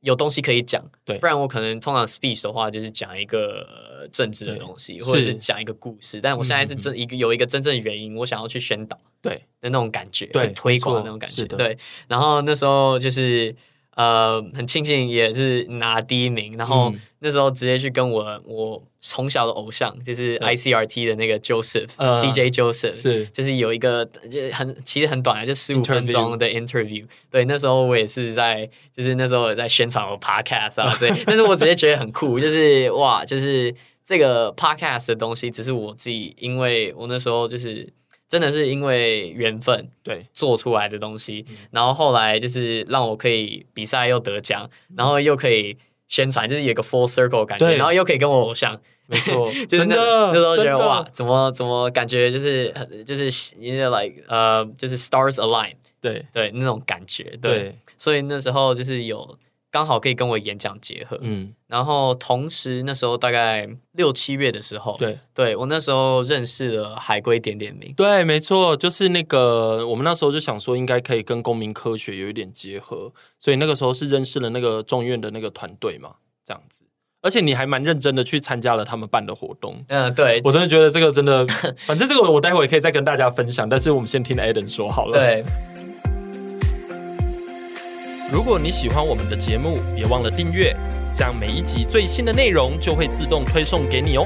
有东西可以讲，
对
不然我可能通常 speech 的话就是讲一个呃政治的
对
东西，或者
是
是讲一个故事。但我现在是真一个有一个真正原因，我想要去宣导
对，
的那种感觉，
对
很推广的那种
没错
感
是
觉，
的
对。然后那时候就是呃，很庆幸也是拿第一名，然后
嗯
那时候直接去跟我我从小的偶像，就是
对
ICRT 的那个 Joseph、
呃
DJ Joseph，
是
就是有一个就很其实很短啊，就十五
Interview
分钟的 interview。对，那时候我也是在，就是那时候我在宣传我 podcast 啊，对， (laughs) 但是我直接觉得很酷，就是哇，就是这个 podcast 的东西，只是我自己，因为我那时候就是真的是因为缘分
对，
做出来的东
嗯
西，然后后来就是让我可以比赛又得奖，然后又可以宣传，就是有一个 full circle 的感觉，
嗯对
然后又可以跟我偶像。
没错，
(laughs) 就是
真
那
的，
那时候觉
真
得
的
哇，，怎么怎么感觉就是很就是因为 like 呃就是 stars align
对
对那种感觉对，
对，
所以那时候就是有刚好可以跟我演讲结合，
嗯，
然后同时那时候大概六七月的时候，
对。
对我那时候认识了海龟点点名，
对，没错，就是那个我们那时候就想说，应该可以跟公民科学有一点结合，所以那个时候是认识了那个众院的那个团队嘛，这样子。而且你还蛮认真的去参加了他们办的活动，
嗯、对
我真的觉得这个真
(laughs)
的，反正这个我待会也可以再跟大家分享，但是我们先听 Adam 说好了。，
对，
如果你喜欢我们的节目，别忘了订阅，这样每一集最新的内容就会自动推送给你哦。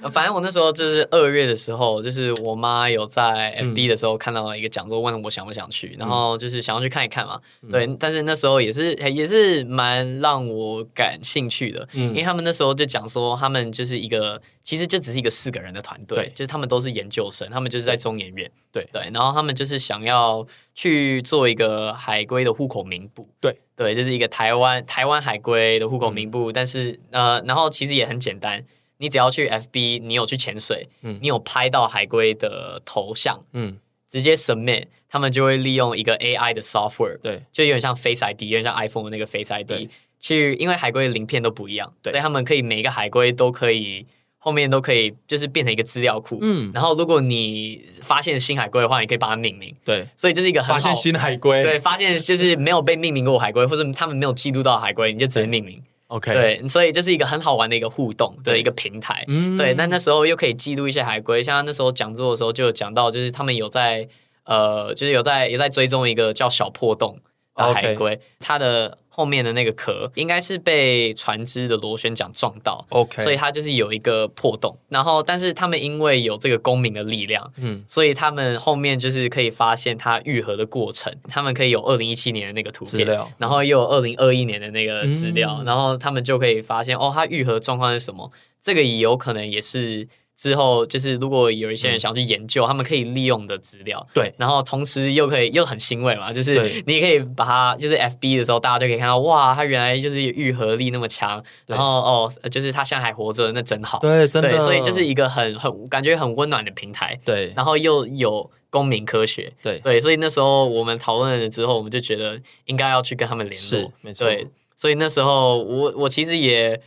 呃反正我那时候就是二月的时候，就是我妈有在 FB 的时候看到一个讲座，问我想不想去，然后就是想要去看一看嘛。对，但是那时候也是也是蛮让我感兴趣的，
嗯
因为他们那时候就讲说，他们就是一个其实就只是一个四个人的团队
对，
就是他们都是研究生，他们就是在中研院，
对
对，然后他们就是想要去做一个海归的户口名簿，
对嗯
对，就是一个台湾台湾海归的户口名簿，但是呃，然后其实也很简单。你只要去 FB，你有去潜水，
嗯
你有拍到海龟的头像，
嗯，
直接 submit，他们就会利用一个 AI 的 software，
对，
就有点像 Face ID，有点像 iPhone 的那个 Face
对
ID，去因为海龟的鳞片都不一样，
对
所以他们可以每一个海龟都可以后面都可以就是变成一个资料库。
嗯，
然后如果你发现新海龟的话，你可以把它命名，
对，
所以这是一个很好
发现新海龟，
对发现就是没有被命名过的海龟，或者他们没有记录到的海龟，你就直接命名。
，OK，，
对，所以这是一个很好玩的一个互动的
对
一个平台。
嗯
对，那那时候又可以记录一些海龟，像那时候讲座的时候就有讲到，就是他们有在呃，就是有在有在追踪一个叫小破洞
哦
的海龟它的后面的那个壳应该是被船只的螺旋桨撞到。
OK，
所以它就是有一个破洞，然后但是他们因为有这个公民的力量，
嗯，
所以他们后面就是可以发现它愈合的过程，他们可以有二零一七年的那个图
资
片，
料，
然后又有二零二一年的那个资料，
嗯
然后他们就可以发现哦，它愈合状况是什么。这个也有可能也是之后就是如果有一些人想要去研究，他们可以利用的资料。
嗯对
然后同时又可以又很欣慰嘛，就
对
是你也可以把它就是 FB 的时候，大家就可以看到哇，它原来就是愈合力那么强，
对
然后哦，就是它现在还活着，那真好。
对，真的，
所以就是一个很很感觉很温暖的平台，
对
然后又有公民科学，
对
对，所以那时候我们讨论了之后，我们就觉得应该要去跟他们联
是
络，
没错
对，所以那时候我我其实也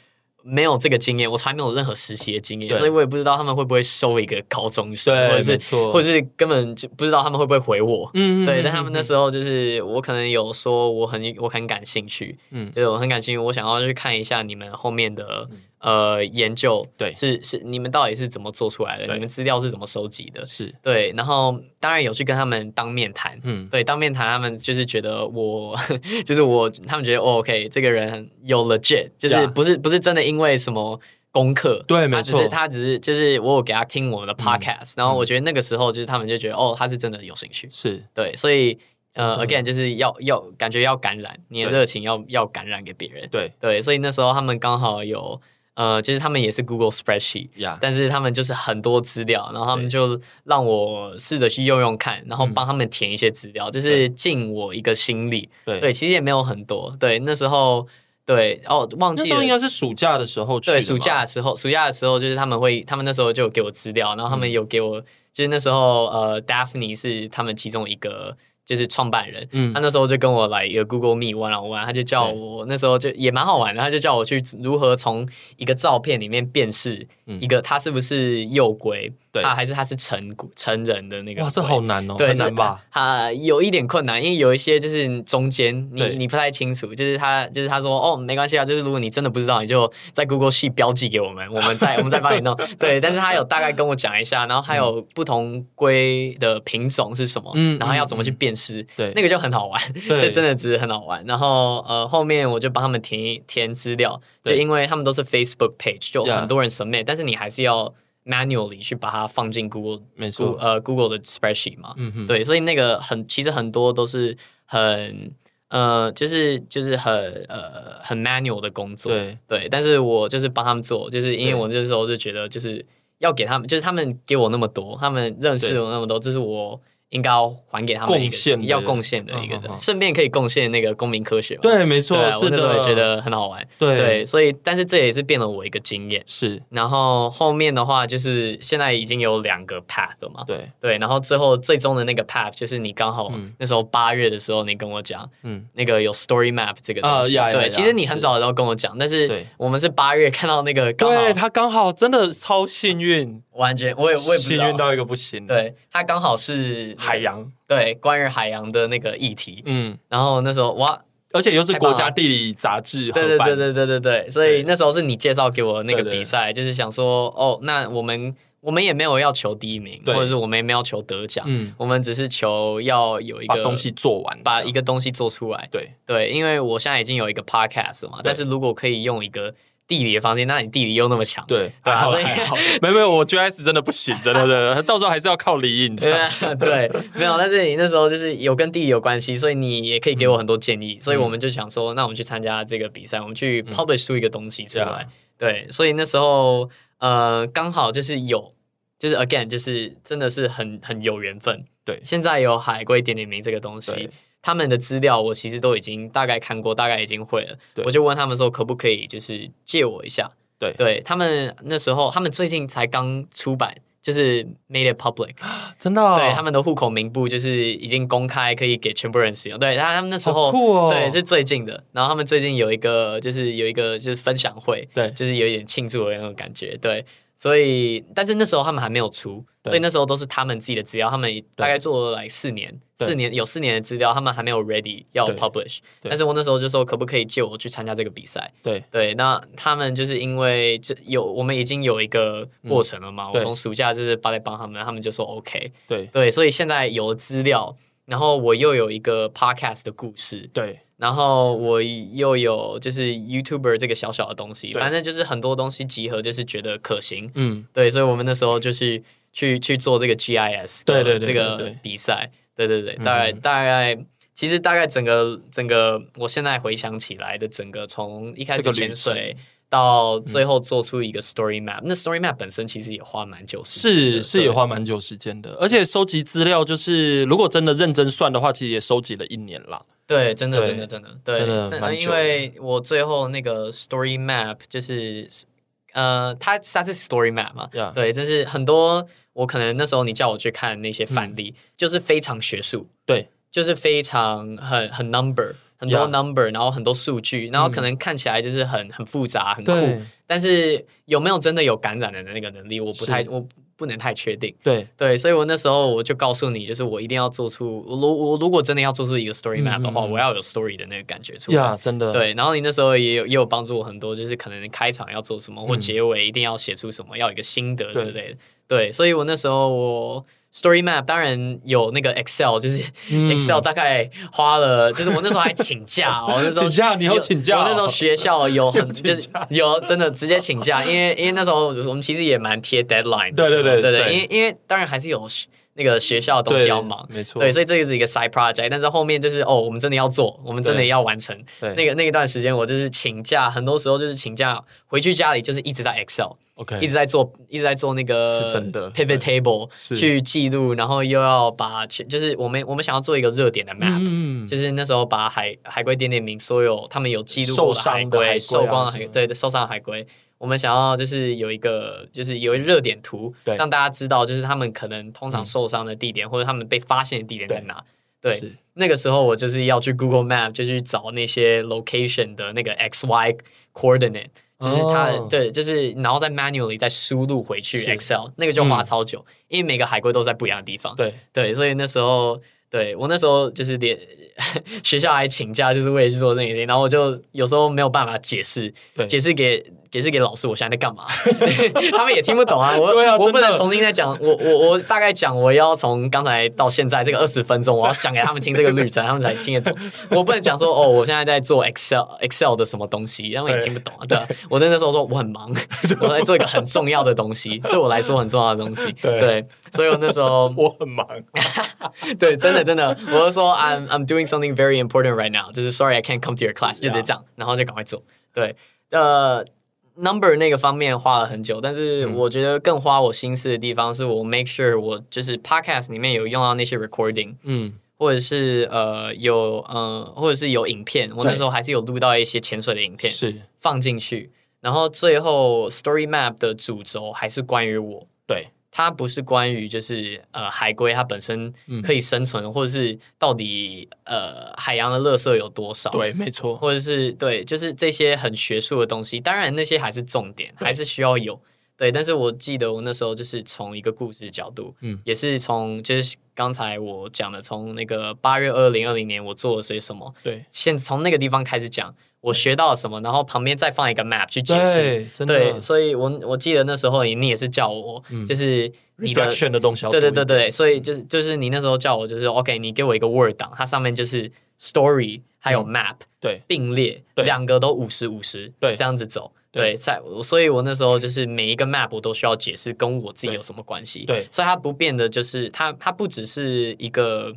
没有这个经验，我从来没有任何实习的经验，
对
所以我也不知道他们会不会收一个高中生，或
对，
者
没
是
错，
或者是根本就不知道他们会不会回我。
嗯，嗯嗯
对，但他们那时候就是我可能有说我很我很感兴趣，
嗯
嗯，就是我很感兴趣，我想要去看一下你们后面的、呃研究，
嗯对
是是你们到底是怎么做出来的，
对
你们资料是怎么收集的，
嗯是，
对，然后当然有去跟他们当面谈，
嗯，
对，当面谈他们就是觉得我， (laughs) 就是我，他们觉得、哦、OK 这个人有 legit，就是不是不是真的因为什么功课，
对
他
没
啊只
错嗯
是他只是就是我有给他听我们的 podcast，、然后我觉得那个时候就是他们就觉得哦他是真的有兴趣，
是，
对，所以呃
真的
again 就是要要感觉要感染你的
对
热情要要感染给别人，
对
对，所以那时候他们刚好有呃，就是他们也是 Google spreadsheet，
呀，
但是他们就是很多资料，然后他们
对
就让我试着去用用看，然后帮他们填一些资料，就是尽我一个心力。
对
对，，其实也没有很多。对，那时候对哦，忘
那
记
时候应
了。
该是暑假的时候去的嘛，
对，暑假的时候，暑假的时候就是他们会，他们那时候就有给我资料，然后他们有给我，就是那时候呃，Daphne 是他们其中一个就是创办人，
嗯
他那时候就跟我来一个 Google Meet 玩了玩，他就叫我那时候就也蛮好玩的，他就叫我去如何从一个照片里面辨识一个他是不是幼龟，
嗯对
他还是他是成成人的那个龟。
哇，这好难哦，
对
很难吧？？
他有一点困难，因为有一些就是中间你
对
你不太清楚，就是他就是他说哦没关系啊，就是如果你真的不知道，你就在 Google 系标记给我们，我们
(laughs)
再我们再帮你弄。对，但是他有大概跟我讲一下，然后还有不同龟的品种是什么，
嗯
然后要怎么去辨识，
对，
那个就很好玩，
对
就真的只是很好玩。然后呃后面我就帮他们填一填资料，就
对
因为他们都是 Facebook page，就
Yeah
很多人 submit，但是你还是要 manually 去把它放进 Google
没错
Google 呃 Google 的 spreadsheet 嘛。
嗯哼，
对，所以那个很，其实很多都是很呃，就是就是很呃很 manual 的工作，
对
但是我就是帮他们做，就是因为我那时候就觉得，就是要给他们，就是他们给我那么多，他们认识
对
我那么多，这是我应该要还给他们一个
贡献的
要贡献的一个
嗯嗯嗯
人，顺便可以贡献那个公民科学嘛。
对，没
对
错，
啊，我
是
那时候
的，
也觉得很好玩，
对
对，所以但是这也是变了我一个经验。
是，
然后后面的话就是现在已经有两个 path 了嘛，
对，
对，然后最后最终的那个 path 就是你刚好
嗯
那时候八月的时候，你跟我讲
嗯，
那个有 story map 这个东西。
啊呀呀呀
对，其实你
是
很早的时候跟我讲，但是
对
我们是八月看到那个刚
对
好
他刚好真的超幸运，
完全，我也我也不知
幸运
道。
到一个不行，，
对，它刚好是
海，洋，
对，关于海洋的那个议题。
嗯，
然后那时候哇，
而且又是
太
国
棒了
家地理杂志合
对对
办，
对对对对对，所以
对
那时候是你介绍给我那个
对对
比赛，就是想说哦，那我们我们也没有要求第一名，或
对
者是我们也没有求得奖，
嗯，
我们只是求要有一
把
个
东西做完，
把
这样
一个东西做出来。
对
对，因为我现在已经有一个 podcast 了嘛，但是如果可以用一个地理的方式，那你地理又那么强，
对，
对啊
还好
所以
还好，没有没有，我 GS 真的不
(laughs)
行，真的真的，到时候还是要靠李颖这样，
对 (laughs) 对，没有，但是你那时候就是有跟地理有关系，所以你也可以给我很多建议，所以我们就想说，那我们去参加这个比赛，我们去 publish 出一个东西出
啊
来，对，所以那时候呃，刚好就是有。就是 again，就是真的是很很有缘分。
对
现在有海龟点点名这个东西
对，
他们的资料我其实都已经大概看过，大概已经会了。
对
我就问他们说可不可以就是借我一下？
对
对他们那时候他们最近才刚出版，就是 made it public，、
真的哦，
对他们的户口名簿就是已经公开可以给全部人使用。对，他他们那时候
好酷哦
对是最近的，然后他们最近有一个就是有一个就是分享会，
对
就是有一点庆祝的那种感觉，对。所以，但是那时候他们还没有出，
对
所以那时候都是他们自己的资料，他们大概做了来四年，
对
四年有四年的资料，他们还没有 ready 要
对
publish。
对
但是我那时候就说，可不可以借我去参加这个比赛？
对
对，那他们就是因为这有我们已经有一个过程了嘛，我
嗯对
从暑假就是帮来帮他们，他们就说 OK。
对
对，所以现在有资料，然后我又有一个 podcast 的故事，
对
然后我又有就是 YouTuber 这个小小的东西，
对
反正就是很多东西集合，就是觉得可行。
嗯，
对，所以我们那时候就是去去做这个 GIS
对
的
对对对
这个
对
比赛，对对对，
嗯
大概大概其实大概整个整个我现在回想起来的整个从一开始
这个旅
潜水
程。嗯
到最后做出一个 story map，、那 story map 本身其实也花蛮久时间的，
是是
对
也花蛮久时间的，而且收集资料就是如果真的认真算的话，其实也收集了一年啦，
对，真的，
对
真的，真的，对，
真的蛮
因
久的
为我最后那个 story map 就是，呃，它它是 story map 嘛
Yeah
对，但是很多我可能那时候你叫我去看
嗯
那些范例，就是非常学术，
对，
就是非常很很 number 很多
Yeah 嗯
number，、然后很多数据，然后可能看起来就是很很复杂很酷
对，
但是有没有真的有感染人的那个能力，我不太
是
我不能太确定。
对
对，所以我那时候我就告诉你，就是我一定要做出，我如我如果真的要做出一个 story map 的话，
嗯嗯嗯
我要有 story 的那个感觉出来。
呀，真的，
对，然后你那时候也有也有帮助我很多，就是可能开场要做什么，或
嗯
结尾一定要写出什么，要有一个心得之
对
类的。对，所以我那时候我 story map 当然有那个 Excel，就是
嗯
Excel 大概花了，就是我那时候还
(laughs)
请假，我那时候
请假你有请假哦
我那时候学校
(laughs)
有很
请
就是有真的直接请假，因为因为那时候我们其实也蛮贴 deadline 的
对对对
对
对
因为因为当然还是有那个学校的东西
对
要忙，
没错，
对，所以这个是一个 side project，但是后面就是哦，我们真的要做，我们真的
对
要完成。
对
那个那一段时间，我就是请假，很多时候就是请假回去家里，就是一直在 Excel，
OK
一直在做，一直在做那个
是真的
pivot
对
table
是
去记录，然后又要把去就是我们我们想要做一个
(laughs)
热点的 map，、
嗯
就是那时候把海海龟点点名所有他们有记录过
受伤
海
的海龟
龟、
啊
受光的
什
海
么
对对受伤的海龟，我们想要就是有一个就是有一个热点图，
对
让大家知道就是他们可能通常受伤的地点、或者他们被发现的地点在
对
哪。对
是，
那个时候我就是要去 Google Map 就去找那些 location 的那个 x y coordinate，就是它、
哦
对，就是然后再 manually 再输入回去
是嗯
Excel，那个就花超久，因为每个海龟都在不一样的地方。
对，
对，所以那时候，对我那时候就是连 (laughs) 学校还请假，就是为了去做这件事情。然后我就有时候没有办法解释
对，
解释给解释给老师我现在在干嘛， (laughs) 他们也听不懂啊。我
对啊
我不
真的
能重新再讲，我我我大概讲，我要从刚才到现在这个二十分钟，我要讲给他们听这个旅程，他们才听
(laughs)
得懂。我不能讲说哦，我现在在做 Excel Excel 的什么东西，他们也
对
听不懂啊。对啊，我那时候说我很
(laughs)
忙，我在做一个很重要的东西，对我来说很重要的东西。
对
对，所以我那时候
我很忙， (laughs)
对，真的真的，我就说 I'm I'm doing something very important right now，就是 Sorry I can't come to your class，就直接这样，然后就赶快做。对，呃，number 那个方面花了很久，但是
嗯
我觉得更花我心思的地方是我 make sure 我就是 podcast 里面有用到那些 recording，
嗯，
或者是呃有呃或者是有影片，我那
对
时候还是有录到一些潜水的影片
是
放进去，然后最后 story map 的主轴还是关于我，
对，
它不是关于就是呃海龟它本身
嗯
可以生存，或者是到底呃海洋的垃圾有多少，，
对，没错，
或者是对，就是这些很学术的东西，当然那些还是重点，还是需要有。对，但是我记得我那时候就是从一个故事角度，
嗯
也是从就是刚才我讲的，从那个八月二零二零年我做了些什么，
对，
先从那个地方开始讲，我学到了什么，然后旁边再放一个 map 去解释。
对，真
对，
的嗯
所以我我记得那时候你你也是叫我，就是你的。
，reflection 的东西要
对
多
对
一
对
点，嗯
对，所以就是就是你那时候叫我，就是 OK，你给我一个 Word 档，它上面就是 Story 还有 Map、
对，
并列，
嗯对
两个都五十五十，
对
这样子走。
对
对，在我所以，我那时候就是每一个 map 我都需要解释跟我自己有什么关系。
对对
所以它不变的就是它，它不只是一个，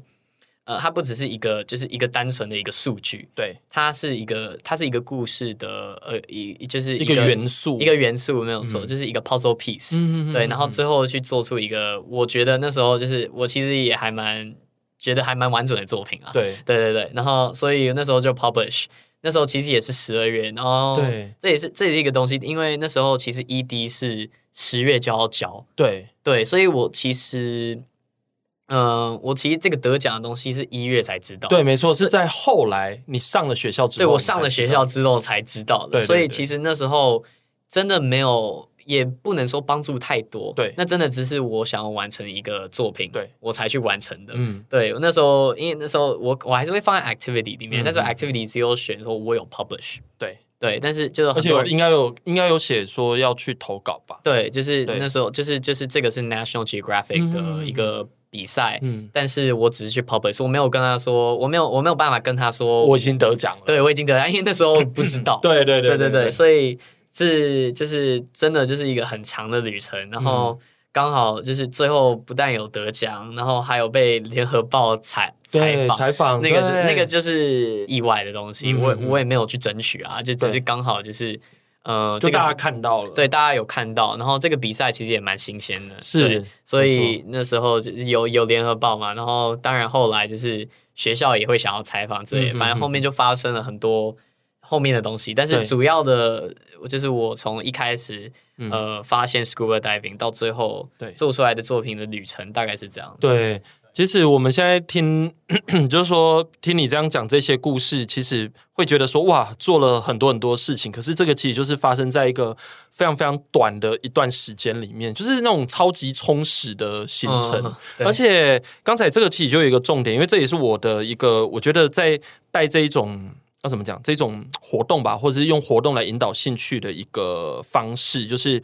呃，它不只是一个，就是一个单纯的一个数据，
对，
它是一个，它是一个故事的，呃，一就是
一个元素，
一个元素没有错，就是一个 puzzle piece、
嗯嗯，嗯嗯
对，
嗯
然后最后去做出一个，我觉得那时候就是我其实也还蛮觉得还蛮完整的作品啊。
对
对对对，然后所以那时候就 publish，那时候其实也是十二月，然后
对
这也是这也是一个东西，因为那时候其实 ED 是十月就要交，
对
对，所以我其实，嗯、我其实这个得奖的东西是一月才知道，
对，没错，是在后来你上了学校之后，
对我上了学校，之后才知道的，
对对
所
对
以其实那时候真的没有，也不能说帮助太多，
对
那真的只是我想要完成一个作品，
对
我才去完成的，
嗯，
对，我那时候因为那时候我我还是会放在 activity 里面，
嗯
但是
嗯
activity 只有选说我有 publish，
对，
对，但是就是
而
很
且有
多人
应该有应该有写说要去投稿吧，
对，就是
对
那时候就是就是这个是 National Geographic
嗯嗯
的
嗯
一个比赛，
嗯，
但是我只是去 publish，我没有跟他说，我没有我没有办法跟他说，
我已经得奖了，
对我已经得到，因为那时候不
(laughs)
知道，
对对
对
对
对对，所以是就是真的就是一个很长的旅程，然后
嗯
刚好就是最后不但有得奖，然后还有被联合报采采
对
访。
采访
那个是
对
那个就是意外的东西，
嗯
我
嗯嗯
我也没有去争取啊，就只是
对
刚好就是，呃，
就
这个
大家看到了，
对大家有看到，然后这个比赛其实也蛮新鲜的，
是
对所
没
以那时候就是有有联合报嘛，然后当然后来就是学校也会想要采访之
嗯
类
嗯
的，反正后面就发生了很多后面的东西，但
对
是主要的就是我从一开始
嗯
呃发现 scuba diving 到最后
对
做出来的作品的旅程大概是这样，
对，其实我们现在听， (clears throat) 就是说听你这样讲这些故事，其实会觉得说哇，做了很多很多事情，可是这个其实就是发生在一个非常非常短的一段时间里面，就是那种超级充实的行程。 (laughs)
嗯对
而且刚才这个其实就有一个重点，因为这也是我的一个，我觉得在带这一种要怎么讲，这种活动吧，或者是用活动来引导兴趣的一个方式，就是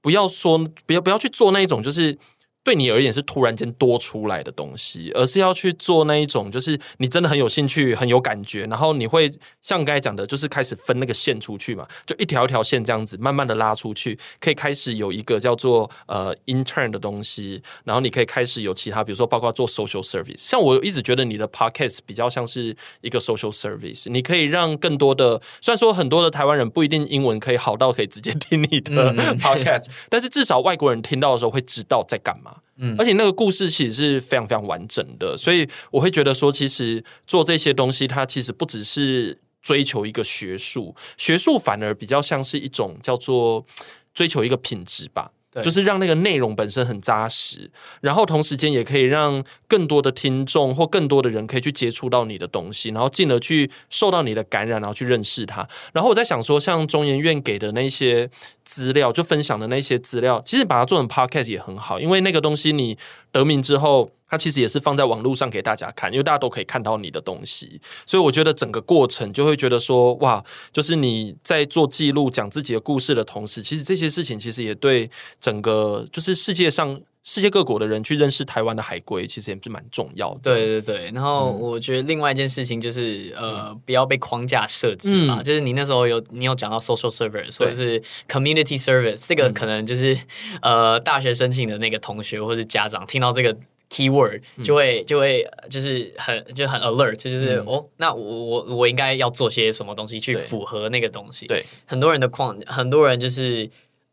不要说不要不要去做那一种就是。对你而言是突然间多出来的东西，而是要去做那一种，就是你真的很有兴趣、很有感觉，然后你会像刚才讲的，就是开始分那个线出去嘛，就一条一条线这样子慢慢的拉出去，可以开始有一个叫做呃 intern 的东西，然后你可以开始有其他，比如说包括做 social service。像我一直觉得你的 podcast 比较像是一个 social service，你可以让更多的，虽然说很多的台湾人不一定英文可以好到可以直接听你的 (laughs) podcast，、但是至少外国人听到的时候会知道在干嘛。
嗯
而且那个故事其实是非常非常完整的，所以我会觉得说，其实做这些东西，它其实不只是追求一个学术，学术反而比较像是一种叫做追求一个品质吧。
对
就是让那个内容本身很扎实，然后同时间也可以让更多的听众或更多的人可以去接触到你的东西，然后进而去受到你的感染，然后去认识它。然后我在想说，像中研院给的那些资料，就分享的那些资料，其实把它做成 podcast 也很好，因为那个东西你得名之后。它其实也是放在网络上给大家看，因为大家都可以看到你的东西，所以我觉得整个过程就会觉得说，哇，就是你在做记录、讲自己的故事的同时，其实这些事情其实也对整个就是世界上世界各国的人去认识台湾的海龟，其实也是蛮重要的。嗯
对对对，然后我觉得另外一件事情就是，呃，不要被框架设置嘛。
嗯
就是你那时候有你有讲到 social service 或者是 community service，这
嗯
个可能就是、呃大学申请的那个同学或是家长听到这个 keyword
嗯
就会、就会呃就是很就很 alert，就是、哦，那我我我应该要做些什么东西去
嗯对
符合那个东西。
对，
很多人的框，很多人就是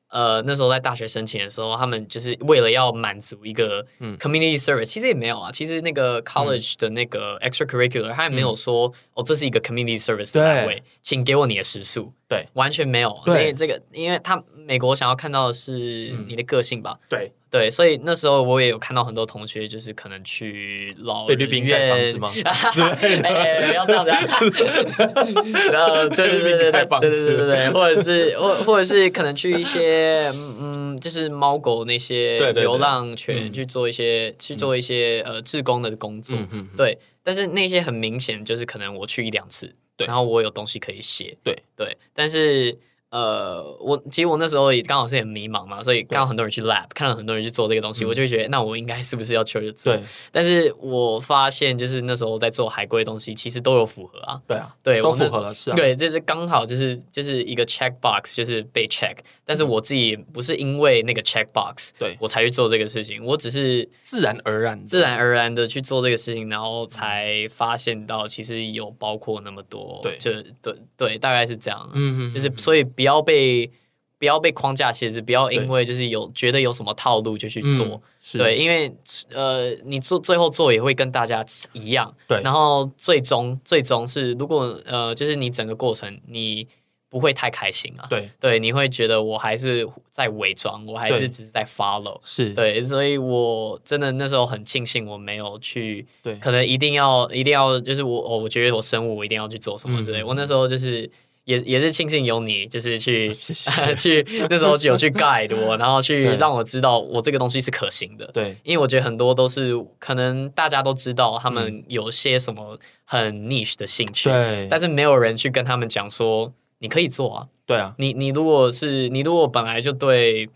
呃那时候在大学申请的时候，他们就是为了要满足一个
嗯
community service，、其实也没有啊，其实那个 college 的那个 extracurricular，、他也没有说、哦这是一个 community service
嗯
的
对
单位，请给我你的时数，
对，
完全没有。
对嗯
这个因为他美国想要看到的是你的个性吧。
对，
对，所以那时候我也有看到很多同学，就是可能去老
菲律宾盖房子
人
吗
院哎 (laughs) 哎哎不要这样子啊。
(laughs)
然后对对对对对
盖
对
房子
对对对对，或者是或或者是可能去一些嗯嗯，就是猫狗那些
对对嗯对
流浪犬去做一些去做一些呃志工的工作
嗯，嗯，
对。但是那些很明显就是可能我去一两次，
对
然后我有东西可以写，
对
对。但是呃，我其实我那时候也刚好是很迷茫嘛，所以看到很多人去 lab，看到很多人去做这个东西，我就会觉得那我应该是不是要求着做？
嗯对，
但是我发现，就是那时候在做海龟的东西，其实都有符合啊。
对啊，
对，
都
我那
符合了，是啊，
对，这是刚好就是就是一个 check box，就是被 check。但是我自己不是因为那个 check box，
嗯对
我才去做这个事情，我只是
自然而然的，
自然而然的去做这个事情，然后才发现到其实有包括那么多，
对
就对对，大概是这样。
嗯，嗯嗯，
就是所以不要被不要被框架限制，不要因为就是有觉得有什么套路就去
嗯
做。
是
对，因为呃，你做最后做也会跟大家一样，
对
然后最终最终是，如果呃，就是你整个过程你不会太开心啊，
对
对，你会觉得我还是在伪装，我还是
对
只是在 follow，
是，
对，所以我真的那时候很庆幸我没有去，
对
可能一定要一定要就是我哦，我觉得我生物我一定要去做什么之类，
嗯
我那时候就是。也也是庆幸有你，就是去
(laughs) 谢谢
(laughs) 去那时候有去 guide 我，然后去
对
让我知道我这个东西是可行的。
对
因为我觉得很多都是可能大家都知道他们有些什么很 niche 的兴趣，
嗯对，
但是没有人去跟他们讲说你可以做啊。
对啊，
你你如果是你如果本来就对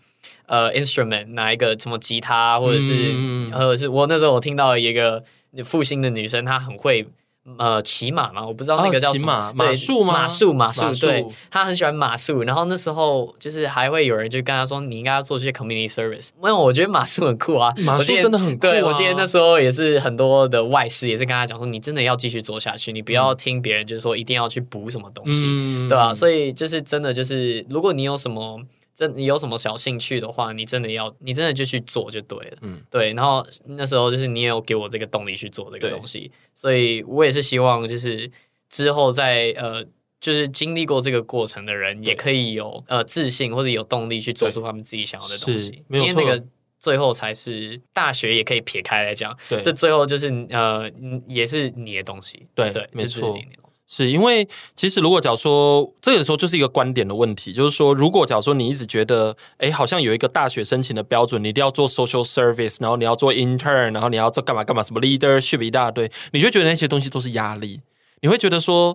呃 instrument 哪一个什么吉他或者是、呃
嗯嗯嗯
或者是我那时候我听到一个复兴的女生，她很会。呃，骑马嘛，我不知道那
哦
个叫
骑
什么、
马
对
马术吗
马术，马术
马，术
对，她很喜欢马术。然后那时候就是还会有人就跟她说，你应该要做这些 community service。因为我觉得马术很酷啊，
马
我
术
记得
真的很酷
对我
啊
记得那时候也是很多的外事也是跟她讲说，你真的要继续做下去，你不要听别人就是说一定要去补什么东西。
嗯
对啊，所以就是真的就是，如果你有什么真你有什么小兴趣的话，你真的要你真的就去做就对了。
嗯
嗯，对。然后那时候就是你也有给我这个动力去做这个
对
东西，所以我也是希望就是之后在呃。就是经历过这个过程的人，也可以有呃自信或者有动力去做出他们自己想要的东
是
西，
没有
因为那
错
个最后才是大学也可以撇开来讲，
对
这最后就是呃嗯也是你的东西，
对
对，
没
这是
错
你的东西
是因为其实如果假如说这个时候就是一个观点的问题，就是说如果假如说你一直觉得，哎，好像有一个大学申请的标准，你一定要做 social service，然后你要做 intern，然后你要做干嘛干嘛，什么 leadership 一大堆，你就觉得那些东西都是压力，你会觉得说，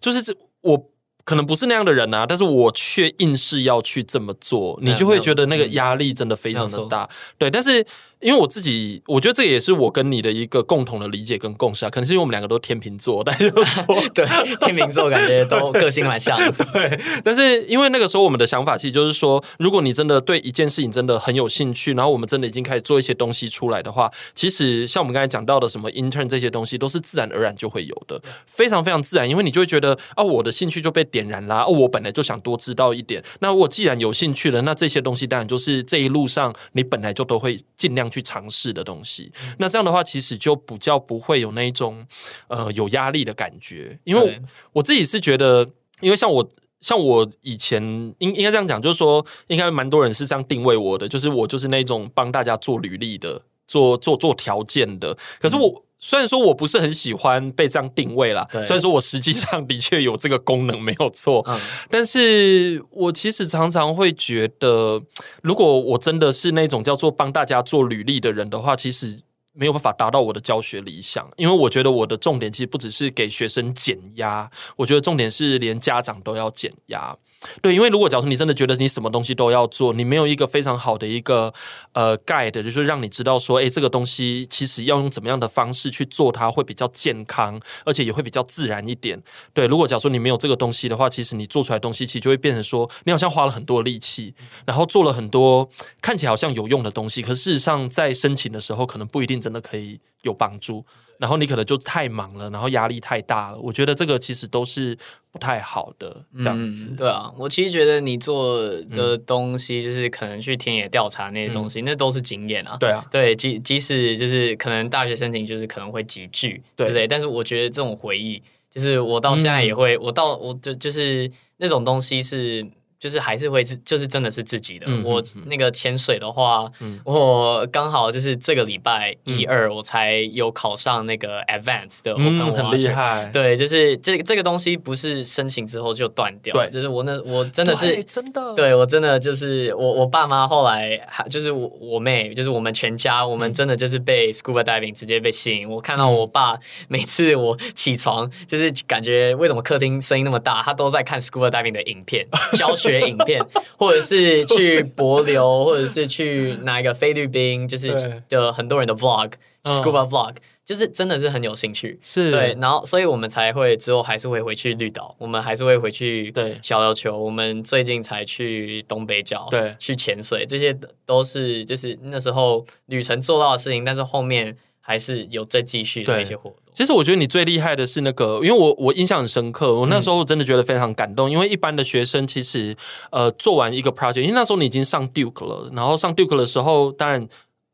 就是这我。可能不是那样的人啊，但是我却硬是要去这么做，
没
你
有
就会
没有嗯
觉得那个压力真的非常
没有
的
错
大。对，但是因为我自己，我觉得这也是我跟你的一个共同的理解跟共识啊。可能是因为我们两个都天秤座，但是就是说，
(laughs) 对，天秤座感觉都个性蛮像的。
(laughs) 但是因为那个时候我们的想法其实就是说，如果你真的对一件事情真的很有兴趣，然后我们真的已经开始做一些东西出来的话，其实像我们刚才讲到的什么 intern 这些东西，都是自然而然就会有的，非常非常自然，因为你就会觉得啊，我的兴趣就被点燃啦、哦，我本来就想多知道一点，那我既然有兴趣了，那这些东西当然就是这一路上你本来就都会尽量去尝试的东西。那这样的话，其实就比较不会有那一种呃有压力的感觉，因为我
对
我自己是觉得，因为像我。像我以前应应该这样讲，就是说应该蛮多人是这样定位我的，就是我就是那种帮大家做履历的，做做做条件的。可是我、虽然说我不是很喜欢被这样定位啦，
嗯对
虽然说我实际上的确有这个功能没有错，
嗯
但是我其实常常会觉得，如果我真的是那种叫做帮大家做履历的人的话，其实没有办法达到我的教学理想，因为我觉得我的重点其实不只是给学生减压，我觉得重点是连家长都要减压。对，因为如果假如说你真的觉得你什么东西都要做，你没有一个非常好的一个呃 guide，就是让你知道说，哎，这个东西其实要用怎么样的方式去做它，会比较健康，而且也会比较自然一点。对，如果假如说你没有这个东西的话，其实你做出来的东西其实就会变成说，你好像花了很多力气，然后做了很多看起来好像有用的东西，可事实上在申请的时候可能不一定真的可以有帮助。然后你可能就太忙了，然后压力太大了。我觉得这个其实都是不太好的，这样子。
对啊，我其实觉得你做的东西，就是可能去田野调查那些东
嗯
西，那都是经验啊。
对啊，
对，即即使就是可能大学申请就是可能会几句，
对
对不对？但是我觉得这种回忆，就是我到现在也
嗯
会，我到我就就是那种东西是。就是还是会是，就是真的是自己的。
嗯
我
嗯
那个潜水的话，
嗯
我刚好就是这个礼拜一
嗯
二我才有考上那个 advanced 的 open
嗯，很
water
厉害。
对，就是这这个东西不是申请之后就断掉，
对
就是我那我真
对，
的是。
真的，
对，我真的就是我，我爸妈后来还就是我我妹，就是我们全家，
嗯
我们真的就是被 scuba diving 直接被吸引。我看到我爸每次我起床，就是感觉为什么客厅声音那么大，他都在看 scuba diving 的影片、教学影片，或者是
(laughs)
去博流，或者是去哪一个菲律宾，就是
对
的很多人的 vlog、
嗯
scuba vlog，就是真的是很有兴趣。
是，
对，然后所以我们才会之后还是会回去绿岛，我们还是会回去
对
小琉球，我们最近才去东北角，
对
去潜水，这些都是就是那时候旅程做到的事情，但是后面还是有再继续的
对
一些活动。
其实我觉得你最厉害的是那个，因为我我印象很深刻，
嗯
我那时候真的觉得非常感动，因为一般的学生其实呃做完一个 project，因为那时候你已经上 Duke 了，然后上 Duke 的时候，当然。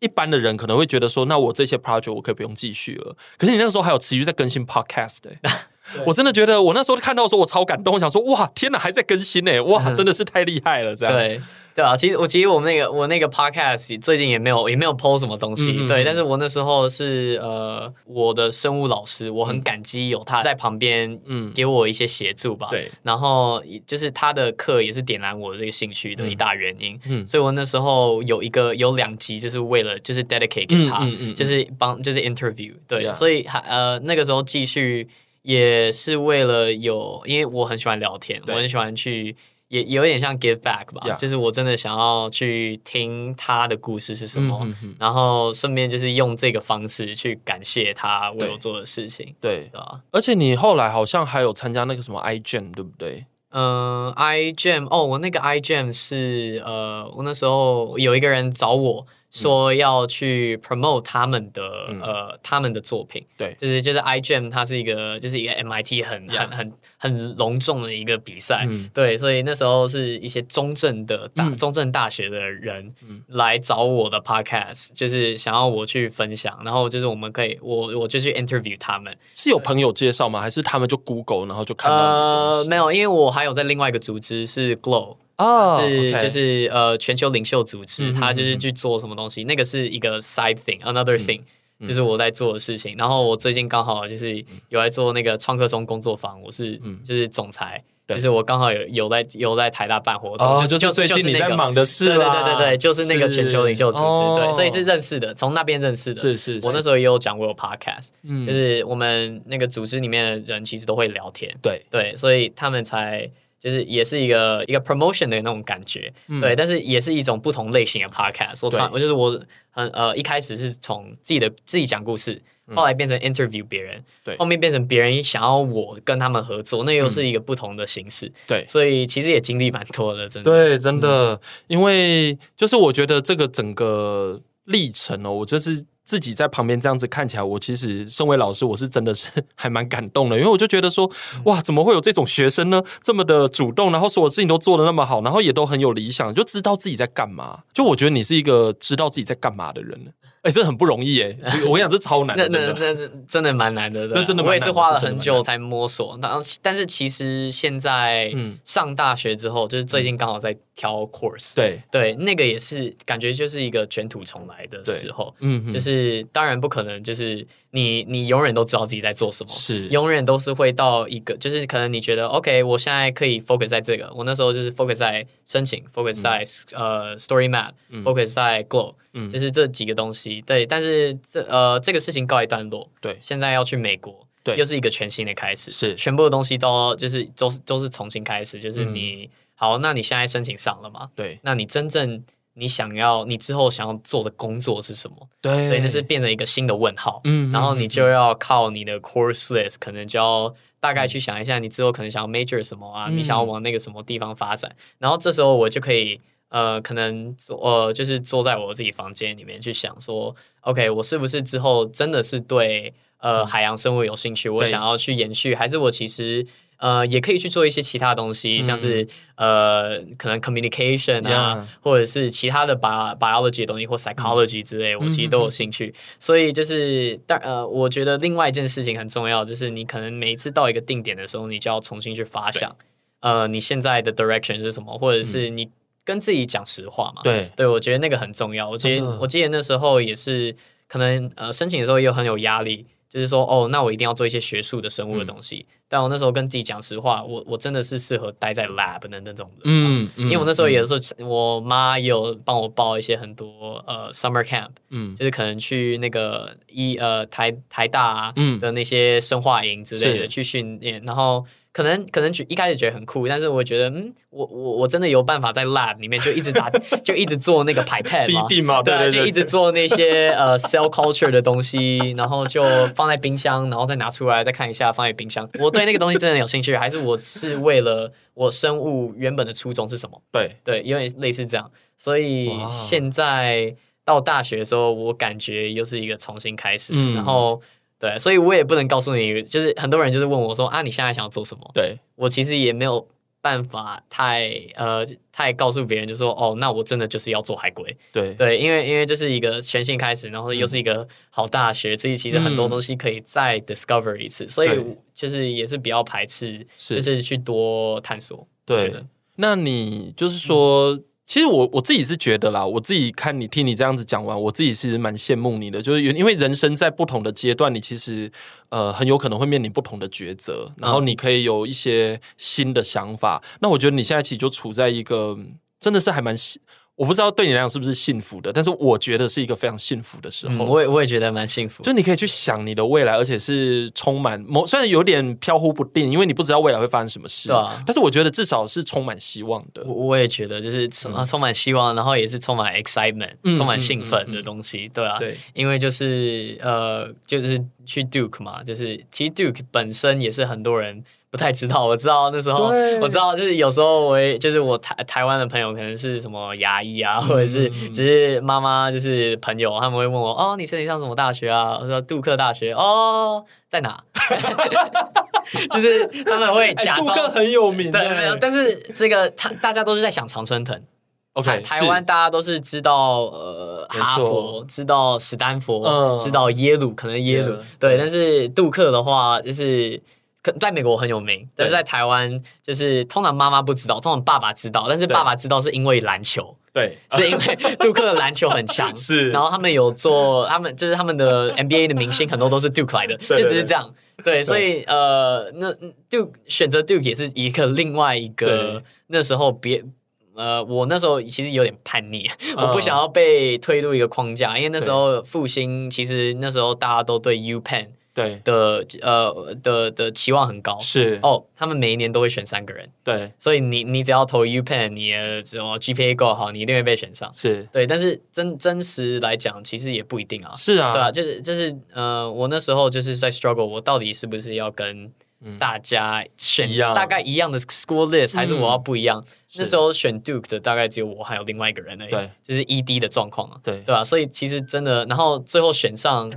一般的人可能会觉得说，那我这些 project 我可以不用继续了。可是你那个时候还有持续在更新 podcast 欸
(laughs) 对
我真的觉得我那时候看到的时候我超感动，我想说哇，天哪，还在更新呢、哇，
嗯
真的是太厉害了，这样。
对对啊，其实我其实我们那个我那个 podcast 最近也没有也没有 PO 什么东西，
嗯嗯嗯
对，但是我那时候是呃我的生物老师，我很感激有他在旁边，
嗯
嗯，给我一些协助吧，
对，
然后就是他的课也是点燃我这个兴趣的一大原因，
嗯
所以我那时候有一个有两集就是为了就是 dedicate 给他，
嗯嗯嗯嗯
就是帮就是 interview，对
Yeah
所以还呃那个时候继续也是为了有，因为我很喜欢聊天，我
对
很喜欢去。也也有点像 give back 吧
Yeah
就是我真的想要去听他的故事是什么，
嗯嗯嗯
然后顺便就是用这个方式去感谢他为
对
我做的事情，
对
对，吧？
而且你后来好像还有参加那个什么 iGen，对不对？
嗯，I Jam 哦，我那个 I Jam 是呃，我那时候有一个人找我说要去 promote 他们的、
嗯
呃他们的作品，
对
就是就是 I Jam 它是一个就是一个 MIT 很很
Yeah
很很隆重的一个比赛，
嗯
对，所以那时候是一些中正的大、
嗯
中正大学的人
嗯
来找我的 podcast，就是想要我去分享，然后就是我们可以我我就去 interview 他们，
是有朋友介绍吗？还是他们就 Google 然后就看到你的
呃
东，西
没有，因为我还有在另外一个组织是 Glow。
哦
是
OK
就是呃全球领袖组织，
嗯
他就是
嗯嗯
去做什么东西，那个是一个 side thing，another thing，
嗯
就是我在做的事情。然后我最近刚好就是有在做那个创客松工作坊，我是
嗯
就是总裁，
对
就是我刚好有有在有在台大办活动，
哦，
就
就是最近你在。
那个
忙的
对
事
对
啦，
对对对，就是那个全球领袖组织，对，所以是
在
认识的，从那边认识
哦
的。
是是，嗯
我那时候也有讲过有 podcast，
候
就是我们那个组织里面的人其实都会聊天，
对，
对，所以他们才就是也是一个一个 promotion 的那种感觉，
嗯
对，但是也是一种不同类型的 podcast。我
对
从我就是我很呃一开始是从自己的自己讲故事，后来变成 interview 别人，
嗯对嗯
后面变成别人想要我跟他们合作，那又是一个不同的形式，
对
所以其实也经历蛮多的，真的。
对，真
嗯
的，因为就是我觉得这个整个历程哦，我就是。自己在旁边这样子看起来，我其实身为老师，我是真的是 (laughs) 还蛮感动的，因为我就觉得说，
嗯
哇，怎么会有这种学生呢？这么的主动，然后所有事情都做的那么好，然后也都很有理想，就知道自己在干嘛。就我觉得你是一个知道自己在干嘛的人，哎、这很不容
(laughs)
易哎、这个我跟你讲，这超难
那
的，
那
真的。
那
(laughs)
那真的蛮难的，对
这真的蛮难的
我也是花了很
这真的蛮
久才摸索。然后，但是其实现在
嗯
上大学之后，就是最近刚好在挑 course，、
对，
对，那个也是感觉就是一个卷土重来的
对
时候。
嗯哼，
就是当然不可能，就是你你永远都知道自己在做什么，
是
永远都是会到一个，就是可能你觉得 OK，我现在可以 focus 在这个，我那时候就是 focus 在申请，focus 在、呃 story map，focus、在 glow，、
嗯
就是这几个东西。对，但是这呃这个事情告一段落，
对
现在要去美国。
对
又是一个全新的开始，
是
全部的东西都就是都是都是重新开始，就是
嗯
你、好，那你现在申请上了吗？
对
那你真正你想要你之后想要做的工作是什么？
对
对，那是变成一个新的问号。
嗯
然后你就要靠你的 course list，可能就要大概去想一下，你之后可能想要 major 什么啊，
嗯
你想要往那个什么地方发展。然后这时候我就可以，呃，可能坐呃，就是坐在我自己房间里面去想说，OK，我是不是之后真的是对
嗯
呃海洋生物有兴趣？我
对
想要去延续，还是我其实？呃，也可以去做一些其他东西，
嗯
像是呃，可能 communication 啊
Yeah
或者是其他的 bio- biology 的东西
嗯
或 psychology 之类，我其实都有兴趣。所以就是，但呃，我觉得另外一件事情很重要，就是你可能每一次到一个定点的时候，你就要重新去发想，呃，你现在的 direction 是什么，或者是你跟自己讲实话嘛。
嗯对
对，我觉得那个很重要。我记
真
得
的
我记得那时候也是，可能呃申请的时候也有很有压力，就是说哦，那我一定要做一些学术的生
嗯
物的东西。但我那时候跟自己讲实话，我我真的是适合待在 lab 的那种人。
嗯嗯，
因为我那时候也是，我妈也有帮我报一些很多呃 summer camp，
嗯
就是可能去那个一呃台台大啊
嗯
的那些生化营之类的
是
去训练，然后可能可能觉一开始觉得很酷，但是我觉得嗯，我我我真的有办法在 lab 里面就一直
(laughs)
打就一直做那个 pipette
滴
吗？
滴嘛，对
对啊，
对
就
对，
一直做那些呃 cell culture 的东西，然后就放在冰箱，然后再拿出来再看一下，放在冰箱。我对那个东西真的有兴趣，还是我是为了我生物原本的初衷是什么？
对
对，有点类似这样。所以
哇哦
现在到大学的时候，我感觉又是一个重新开始。
嗯
然后对，所以我也不能告诉你，就是很多人就是问我说啊，你现在想要做什么？
对
我其实也没有办法太呃太告诉别人，就说哦，那我真的就是要做海龟。
对
对，因为因为这是一个全新开始，然后又是一个好大学，所以其实很多东西可以再 discover 一次，所以
嗯对
就是也是不要排斥，
是
就是去多探索。我觉
对
得，嗯
那你就是说，其实我我自己是觉得啦，我自己看你听你这样子讲完，我自己是蛮羡慕你的，就是有因为人生在不同的阶段，你其实呃很有可能会面临不同的抉择，然
嗯
后你可以有一些新的想法。那我觉得你现在其实就处在一个嗯真的是还蛮幸，我不知道对你来讲是不是幸福的，但是我觉得是一个非常幸福的时候。
嗯，我也我也觉得蛮幸福的。
就你可以去想你的未来，而且是充满某，虽然有点飘忽不定，因为你不知道未来会发生什么事，
对啊
但是我觉得至少是充满希望的。
我我也觉得，就是充、啊充满希望，然后也是充满 excitement，、
嗯
充满
嗯
兴
嗯
奋的
嗯
东西，对啊，
对，
因为就是呃，就是去 Duke 嘛，就是其实 Duke 本身也是很多人不太知道，我知道那时候
对
我知道，就是有时候我也就是我台台湾的朋友可能是什么牙医啊，或者是
嗯
只是妈妈就是朋友，他们会问我哦，你申请上什么大学啊？我说杜克大学哦，在哪？ (laughs) 就是他们会哎假装、
哎很有名
对，没有，但是这个他大家都是在想常春藤。台
OK，
台湾
是
大家都是知道呃
没
哈佛
错，
知道史丹佛，
嗯
知道耶鲁，可能耶鲁
耶鲁
对，
对
但是杜克的话就是。可在美国很有名，但是在台湾就是通常妈妈不知道，通常爸爸知道，但是
对
爸爸知道是因为篮球，
对
是
(laughs)
因为杜克的篮球很强，
是
啊然后他们有做，他们就是他们的 NBA 的明星很多都是 Duke 来的，就
对对
只是这样。对，所以呃，那 Duke 选择 Duke 也是一个另外一个
对
那时候别。呃，我那时候其实有点叛逆，
嗯
我不想要被推入一个框架，因为那时候复兴其实那时候大家都对 U Penn
对
的呃的的期望很高
是
哦，他们每一年都会选三个人，
对
所以你你只要投 U Penn，你的什么 GPA 够好，你一定会被选上。
是
对，但是真真实来讲，其实也不一定啊。
是啊
对啊，就是就是呃，我那时候就是在 struggle，我到底是不是要跟大家
嗯
选、
一样嗯
大概一样的 school list，还是我要不一样？那
是
时候选 Duke 的大概只有我还有另外一个人而已，
对，
就是 ED 的状况啊，
对
对吧、所以其实真的，然后最后选上。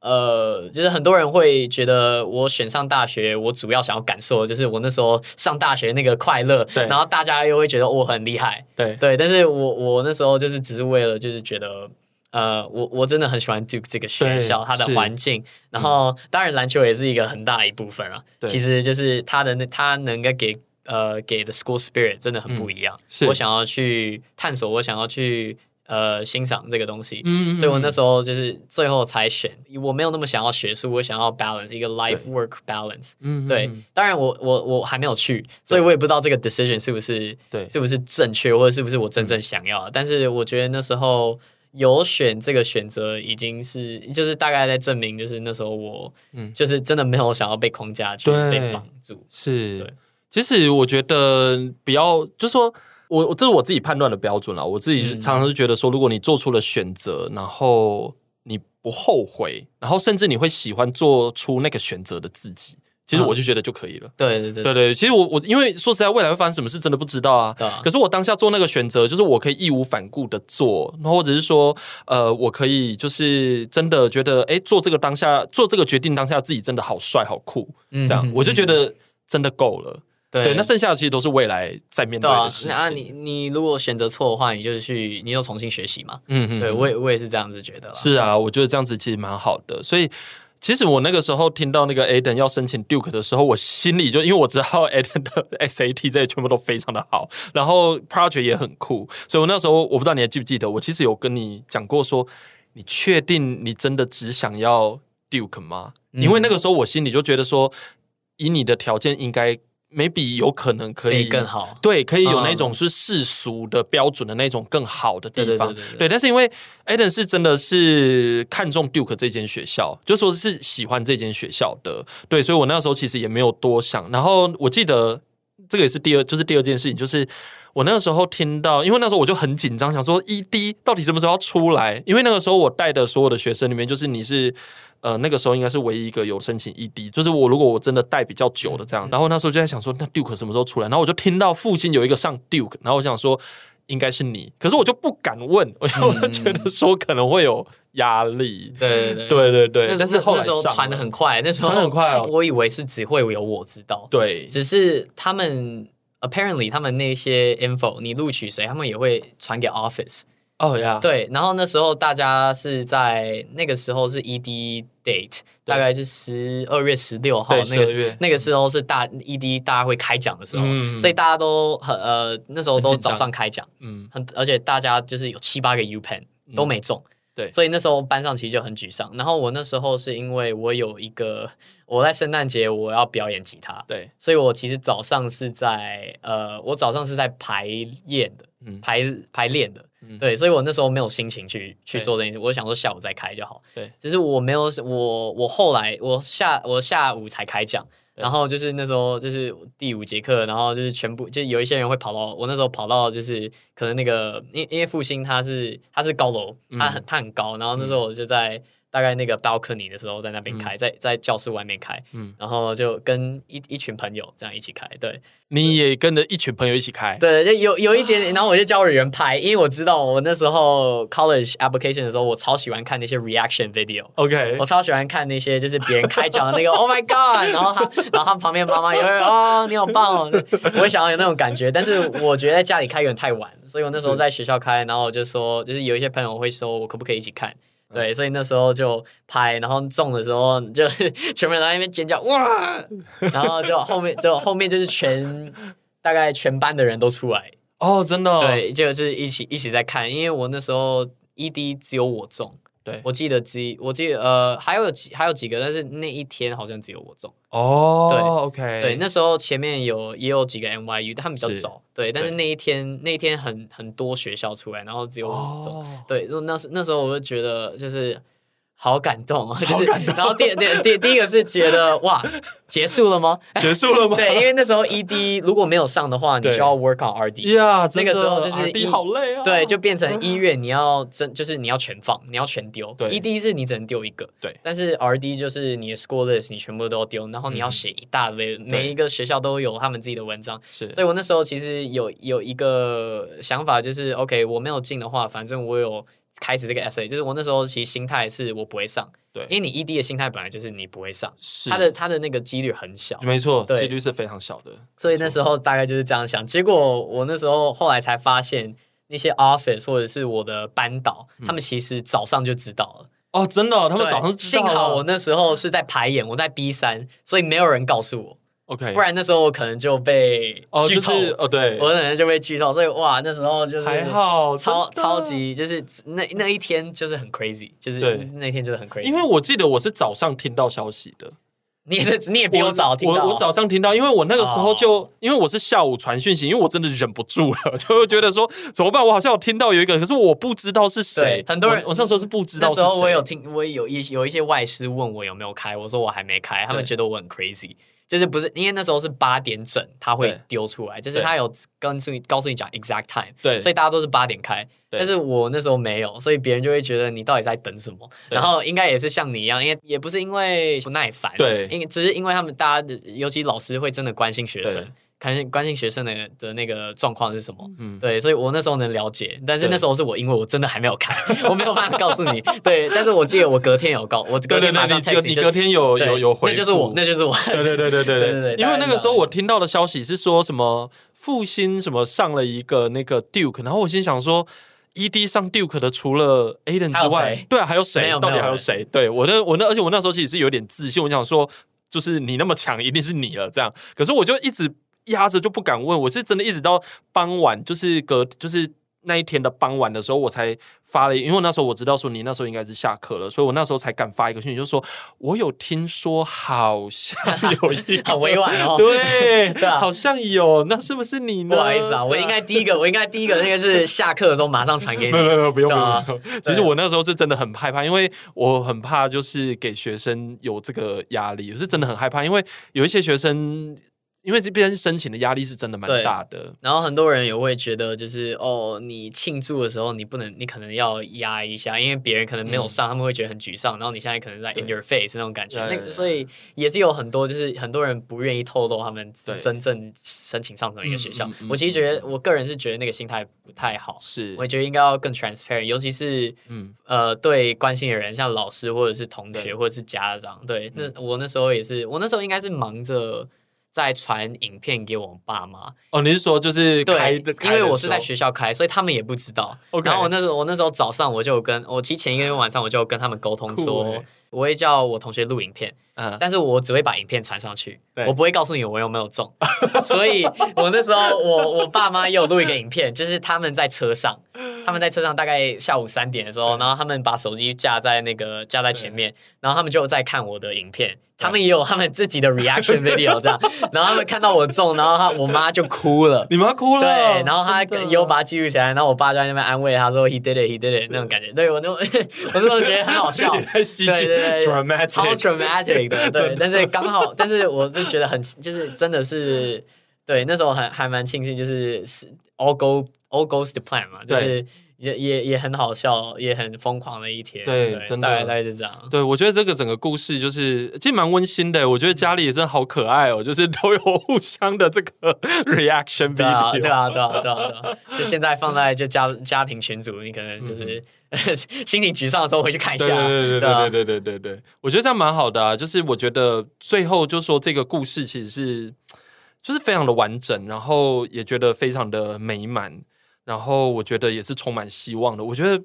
呃，就是很多人会觉得我选上大学，我主要想要感受的就是我那时候上大学那个快乐，
对
然后大家又会觉得我很厉害，
对
对，但是我我那时候就是只是为了就是觉得，呃，我我真的很喜欢 Duke 这个学校，
对
它的
是嗯
环境，然后、当然篮球也是一个很大一部分啊。
对
其实就是它的那它能够给呃给的 school spirit 真的很不一样。
嗯是
我想要去探索，我想要去呃欣赏这个东西。
嗯
所以我那时候就是最后才选，我没有那么想要学术，我想要 balance 一个 life work balance。
嗯
对，当然我我我还没有去，所以我也不知道这个 decision 是不是
对
是不是正确，或者是不是我真
嗯
正想要的。但是我觉得那时候有选这个选择，已经是就是大概在证明，就是那时候我、
嗯
就是真的没有想要被框架住、
对
被绑住。
是
对，
其实我觉得不要，就说我我这是我自己判断的标准啦。我自己
嗯
常常是觉得说，如果你做出了选择，然后你不后悔，然后甚至你会喜欢做出那个选择的自己，其实
嗯
我就觉得就可以了。
对对对
对对，其实我我因为说实在，未来会发生什么事真的不知道啊。
对啊
可是我当下做那个选择，就是我可以义无反顾的做，然后或者是说，呃，我可以就是真的觉得，哎，做这个当下做这个决定当下自己真的好帅好酷，
嗯
这样
嗯
我就觉
嗯
得真的够了。
对
对，那剩下的其实都是未来在面
对
对
啊
的事，情。
那你你如果选择错的话，你就是去你就重新学习嘛。
嗯嗯，
对我也我也是这样子觉得啦。
是啊，我觉得这样子其实蛮好的。所以其实我那个时候听到那
嗯
个 Aden 要申请 Duke 的时候，我心里就因为我知道 (laughs) Aden 的 SAT 这些全部都非常的好，然后 project 也很酷，所以我那时候我不知道你还记不记得，我其实有跟你讲过说，你确定你真的只想要 Duke 吗？
嗯
因为那个时候我心里就觉得说，以你的条件应该 maybe 有可能可
可
以
以更好。
对，可以有那
嗯
种是世俗的标准的那种更好的地方
对对对对。对
对，但是因为 Eden 是真的是看中 Duke 这间学校，就说是喜欢这间学校的，对，所以我那时候其实也没有多想。然后我记得这个也是第二，就是第二件事情，就是我那个时候听到，因为那时候我就很紧张，想说 ED 到底什么时候要出来？因为那个时候我带的所有的学生里面，就是你是。呃，那个时候应该是唯一一个有申请 ED，就是我如果我真的带比较久的这
嗯
样，然后那时候就在想说，那 Duke 什么时候出来？然后我就听到复兴有一个上 Duke，然后我想说应该是你，可是我就不敢问，我就我就觉得说可能会有压力。
对对嗯对
对对对，
那
但是后来
那时候
上
传的
了
很快，那时候
传得很快哦
我以为是只会有我知道，
对
只是他们 apparently 他们那些 info 你录取谁，他们也会传给 office。
哦呀，
对，然后那时候大家是在那个时候是 ED date，大概是十二月十六号
对
那
12月
个那个时候是大 ED 大家会开奖的时候，
嗯
所以大家都很呃那时候
很
都
紧张
早上开奖，
嗯，
很而且大家就是有七八个 U pen 都没中。
对
所以那时候班上其实就很沮丧。然后我那时候是因为我有一个，我在圣诞节我要表演吉他，
对，
所以我其实早上是在呃，我早上是在排练的，
嗯
排排练的，
嗯
对，所以我那时候没有心情去去
对
做这件事，我想说下午再开就好。
对，
只是我没有我我后来我下我下午才开讲。
对
然后就是那时候就是第五节课，然后就是全部就有一些人会跑到我那时候跑到就是可能那个因因为复兴它是它是高楼，它
嗯
很它很高，然后那时候我就在大概那个 balcony 的时候在那边开，在在教室外面开，
嗯
然后就跟一一群朋友这样一起开，对
你也跟着一群朋友一起开，
对，就有有一点点，然后我就教我人拍，因为我知道我那时候 college application 的时候，我超喜欢看那些 reaction video。
，OK，
我超喜欢看那些就是别人开讲的那个 Oh my God，然后他，然后他旁边妈妈也会哦，你好棒哦，我也想要有那种感觉，但是我觉得在家里开有点太晚，所以我那时候在学校开，然后我就说，就是有一些朋友会说我可不可以一起看。对，所以那时候就拍，然后中的时候就全部人在那边尖叫哇，然后就后面就后面就是全大概全班的人都出来，
哦，真的哦，
对，就是一起一起在看，因为我那时候 ED 只有我中，
对
我记得只我记得呃还有几还有几个，但是那一天好像只有我中。对
哦，OK，
对，那时候前面有也有几个 NYU，但他们比较
是
早，对，但是
对
那一天那一天很很多学校出来，然后只有我中。
哦，
对，就那时那时候我就觉得就是。好感动啊！就是，然后第第第第一个是觉得哇，结束了吗？
(laughs) 结束了吗？
对，因为那时候 ED 如果没有上的话，你
对
需要 work on RD。
呀，
那个时候就是
你
一
好累啊，
对，就变成医院你要真就是你要全放，你要全丢。
对
ED 是你只能丢一个，
对
但是 RD 就是你的 school list 你全部都要丢，然后
嗯
你要写一大堆，每一个学校都有他们自己的文章。
是
所以我那时候其实有有一个想法，就是 OK，我没有进的话，反正我有开始这个 essay，就是我那时候其实心态是我不会上，
对
因为你 ED 的心态本来就是你不会上，
是
它的它的那个几率很小。
没错，
对
几率是非常小的，
所以那时候大概就是这样想。结果我那时候后来才发现，那些 office 或者是我的班导，他们其实早上就知道了。
哦，真的哦、嗯他们
对
早上就知
幸
道了
好我那时候是在排演，我在 B 三，所以没有人告诉我，
OK，
不然那时候我可能就被
哦，
剧
就
透，
是哦，对，
我可能就被剧透。所以哇，那时候就是
还好，
超
真的
超。级就是那那一天就是很 crazy，就是
对
那天就是很 crazy。
因为我记得我是早上听到消息的，
你也是你也哎比我早听到，哦
我我早上听到，因为我那个时候就、因为我是下午传讯息，因为我真的忍不住了， (laughs) 就会觉得说怎么办？我好像有听到有一个，可是我不知道是谁。
对很多人
我我那时候是不知道
那
是
时
谁。
候我有听，我有一有一些外师问我有没有开，我说我还没开，他们
对
觉得我很 crazy。就是不是因为那时候是八点整，他会
对
丢出来，就是
对
他有告诉你告诉你讲 exact time，
对
所以大家都是八点开，
对
但是我那时候没有，所以别人就会觉得你到底在等什么。
对
然后应该也是像你一样，因为也不是因为不耐烦，
对
因为只是因为他们大家，尤其老师会真的关心学
对
生，关心关心学生的的那个状况是什么，
嗯
对，所以我那时候能了解，但是
对
那时候是我因为我真的还没有看，我没有办法告诉你。对，但是我记得我隔天有告，我
对
隔
对
天马
对，
上
你
t
隔
e
你隔天有有有回，
那就是我，那。就是我。
(laughs) 对对对对对对
对对对
因为
大概
那
是
个时候
这样
我听到的消息是说什么复兴什么上了一个那个 Duke，然后我心想说。E D 上 Duke 的除了 Aden
还
之
有
外
谁，
对啊，还有
没
谁？
有
到底
没有
还有谁？对我那我那，而且我那时候其实是有点自信，我想说，就是你那么强，一定是你了这样。可是我就一直压着，就不敢问。我是真的一直到傍晚，就是隔就是那一天的傍晚的时候，我才发了，因为那时候我知道说你那时候应该是下课了，所以我那时候才敢发一个讯息，就说我有听说好像有
(laughs)
一个
(laughs)
(laughs)
很委婉哦
对，
对啊
好像有，那是不是你
不
呢？
好意思啊，
这
我
样
应该第一个，我应该第一个那个是下课的时候马上传给你
没。有没有没有不用不
对
用
啊
不用。 (laughs) 其实我那时候是真的很害怕，因为我很怕就是给学生有这个压力，我是真的很害怕，因为有一些学生。因为这边申请的压力是真的蛮
对
大的，
然后很多人也会觉得，就是哦，你庆祝的时候，你不能，你可能要压一下，因为别人可能没有上，他们会觉得很沮丧。然后你现在可能在
嗯对
in your face 那种感觉，
对
那个所以也是有很多，就是很多人不愿意透露他们
对
真正申请上的一个学校
嗯。嗯嗯
我其实觉得，我个人是觉得那个心态不太好，
是
我觉得应该要更 transparent，尤其是
嗯，
呃，对关心的人，像老师或者是同
对嗯
学或者是家长，对，那、我那时候也是，我那时候应该是忙着在传影片给我爸妈，
哦，你是说就是开
对
的，，
因为我是在学校开，所以他们也不知道。
OK
然后我那时候，我那时候早上我就有跟我提前一个晚上我就有跟他们沟通
酷
说，
欸
我会叫我同学录影片，
嗯，
但是我只会把影片传上去
对，
我不会告诉你我有没有
(laughs)
中。所以我那时候我我爸妈也有录一个影片，就是他们在车上，他们在车上大概下午三点的时候，
对
然后他们把手机架在那个架在前面，然后他们就在看我的影片。他们也有他们自己
(laughs)
的 reaction video 这样，然后他们看到我中，然后他我妈就哭了，
你妈哭了，
对，然后他
哦真的
也有把它记录起来，然后我爸就在那边安慰他说 “he did it, he did it” 那种感觉，对我就 (laughs) 我那时候觉得很好笑
(laughs) 有，点太戏剧
对对对
dramatic
超 dramatic 的，
(laughs) 真
对
的。
但是刚好， (laughs) 但是我是觉得很，就是真的是，对，那时候还还蛮庆幸，就是是 all go all goes to plan 嘛，就是也也也很好笑，也很疯狂的一天，
对真的
大概大概是这样。
对，我觉得这个整个故事就是其实蛮温馨的。我觉得家里也真的好可爱哦，就是都有互相的这个 (laughs) reaction
对啊，
video。
对啊，对啊，对啊，对啊！就现在放在
(laughs)
就家家庭群组，你可能就是、 (laughs) 心情沮丧的时候回去看一下，
嗯对对对
啊
对对对对对对，我觉得这样蛮好的啊。就是我觉得最后就说这个故事其实是就是非常的完整，然后也觉得非常的美满，然后我觉得也是充满希望的。我觉得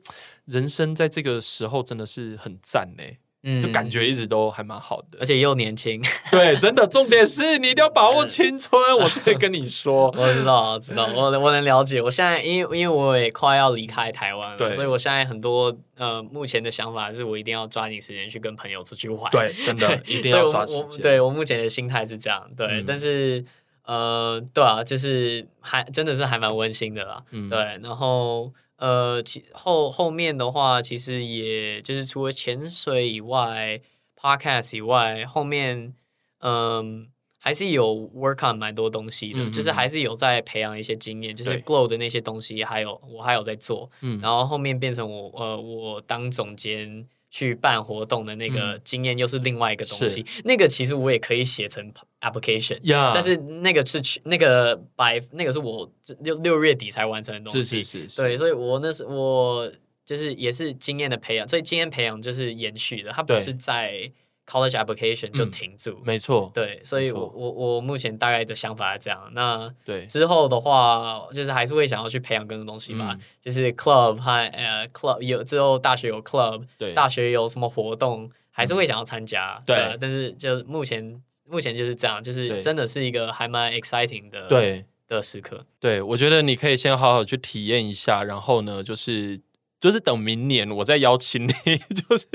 人生在这个时候真的是很赞呢、
嗯
就感觉一直都还蛮好的。
而且又年轻， (laughs)
对，真的，重点是你一定要把握青春。我再跟你说，
我知道，我知道，我能我能了解。我现在因为因为我也快要离开台湾
对
了，所以我现在很多呃目前的想法是我一定要抓紧时间去跟朋友出去玩。 (laughs)
对，真
对，
的一定要抓时
所以我我
间。
对我目前的心态是这样，对，
嗯
但是呃，对啊，就是还真的是还蛮温馨的啦，
嗯
对，然后。呃，其后后面的话，其实也就是除了潜水以外，podcast 以外，后面嗯、还是有 work on 蛮多东西的，
嗯嗯
就是还是有在培养一些经验，就是
对
glow 的那些东西，还有我还有在做，
嗯
然后后面变成我呃，我当总监去办活动的那个
嗯
经验，又是另外一个东西。那个其实我也可以写成 application，、
呀，
但是那个是去那个百那个是我这六六月底才完成的东
是是
西。
是是，
对，所以我那是我就是也是经验的培养，所以经验培养就是延续的，它不
对嗯
是在 college application 就停住。
没错，
对，所以
没错
我我我目前大概的想法是这样。那
对，
之后的话，就是还是会想要去培养更多东西嘛，
嗯
就是 club 和呃 club 有之后大学有 club，
对嗯
大学有什么活动，还是会想要参加。
对
呃但是就目前目前就是这样，就
对
是真的是一个还蛮 exciting 的
对
的时刻。
对，我觉得你可以先好好去体验一下，然后呢，就是。就是等明年我再邀请你， (laughs) 就是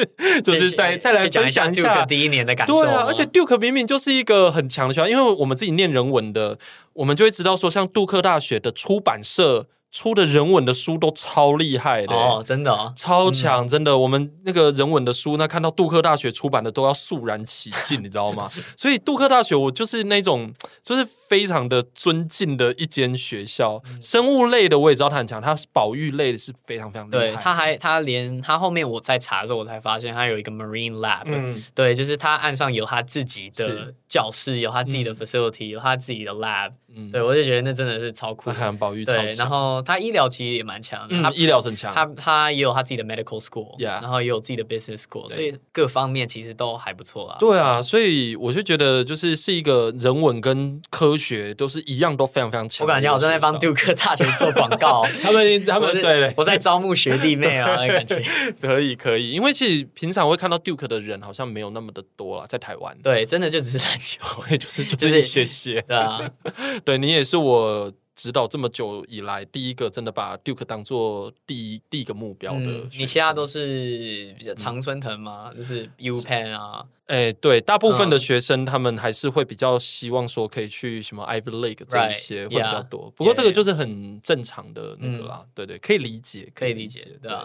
就是
先
再再来
先讲
分享
一
一下
Duke 第一年的感受吗。
对啊，而且 Duke 明明就是一个很强的学校，因为我们自己念人文的，我们就会知道说，像杜克大学的出版社出的人文的书都超厉害的、欸
哦，真的哦，
超强，真的！我们那个人文的书，那看到杜克大学出版的都要肃然起敬，你知道吗？所以杜克大学，我就是那种就是非常的尊敬的一间学校。生物类的我也知道它很强，它保育类的是非常非常厉害的。
对，他还他连他后面我在查的时候，我才发现他有一个 Marine Lab，、
嗯，
对，就是他岸上有他自己的
是
教室，有他自己的
嗯
facility，、有他自己的 lab，、
嗯 (laughs)
对我就觉得那真的是超酷
那
的。
含保育超
对，然
强，
后他医疗其实也蛮强的，
嗯
他
医疗很强，
他他也有他自己的 medical school，、
Yeah
然后也有自己的 business school，
对
所以各方面其实都还不错啦。
对啊，所以我就觉得，就是是一个人文跟科学都是一样，都非常非常强
我
的一个学
感觉
校。
我正在帮杜克大学做广告，
(laughs) 他们， (laughs) 他们
我是
对了，
我在招募学弟
(laughs)
妹啊，那个感觉。
可以可以，因为其实平常会看到 Duke 的人好像没有那么的多啊，在台湾， (laughs)
对，真的就只是篮球，
对，就是就
就是是
一些些。
(laughs)
(laughs)
对啊，
对你也是我指导这么久以来第一个真的把 Duke 当做第一第一个目标的学生、
嗯，你其他都是比较常春藤嘛，就是 U Pen 啊，
哎，对，大部分的
嗯
学生他们还是会比较希望说可以去什么 Ivy League 这一
Right，
些会比较
yeah，
多。不过这个
yeah，yeah 嗯
就是很正常的那个啦，对对，可以理解，
可以理解对啊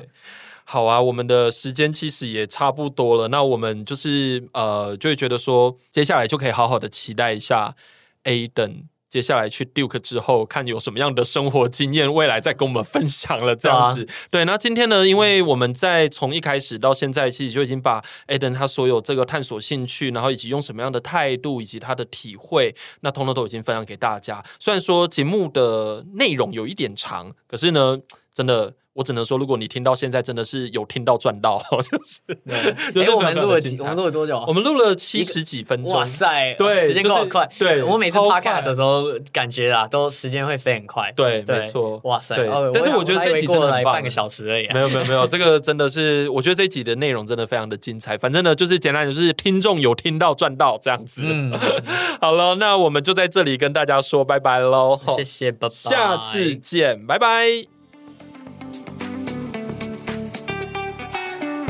好啊，我们的时间其实也差不多了，那我们就是呃，就会觉得说，接下来就可以好好的期待一下 A 等。接下来去 Duke 之后，看有什么样的生活经验，未来再跟我们分享了这
啊
样子。对，那今天呢，因为我们在从一开始到现在，其实就已经把 Aden 他所有这个探索兴趣，然后以及用什么样的态度，以及他的体会，那通通都已经分享给大家。虽然说节目的内容有一点长，可是呢，真的。我只能说，如果你听到现在，真的是有听到赚到， (laughs) 就是就是
哎，我们
非常
录了
非常
几？
精彩
我们录了多久啊？
我们录了七十几分钟
哇，塞，
对
时间
就
过
是
得快。
对
我每次
超快
podcast 的时候，感觉啊，都时间会飞很快。
对没错
哇塞
对，
哦
但是
还
我觉得
还以
这
为
集
过
真的
了
很棒
半个小时而已啊。
没有没有没有，这个真的是，我觉得这一集的内容真的非常的精彩。反正呢，就是简单，就是听众有听到赚到这样子。 (laughs)
嗯，
好了，那我们就在这里跟大家说拜拜喽，吼
谢谢，拜拜。
下次见，拜拜。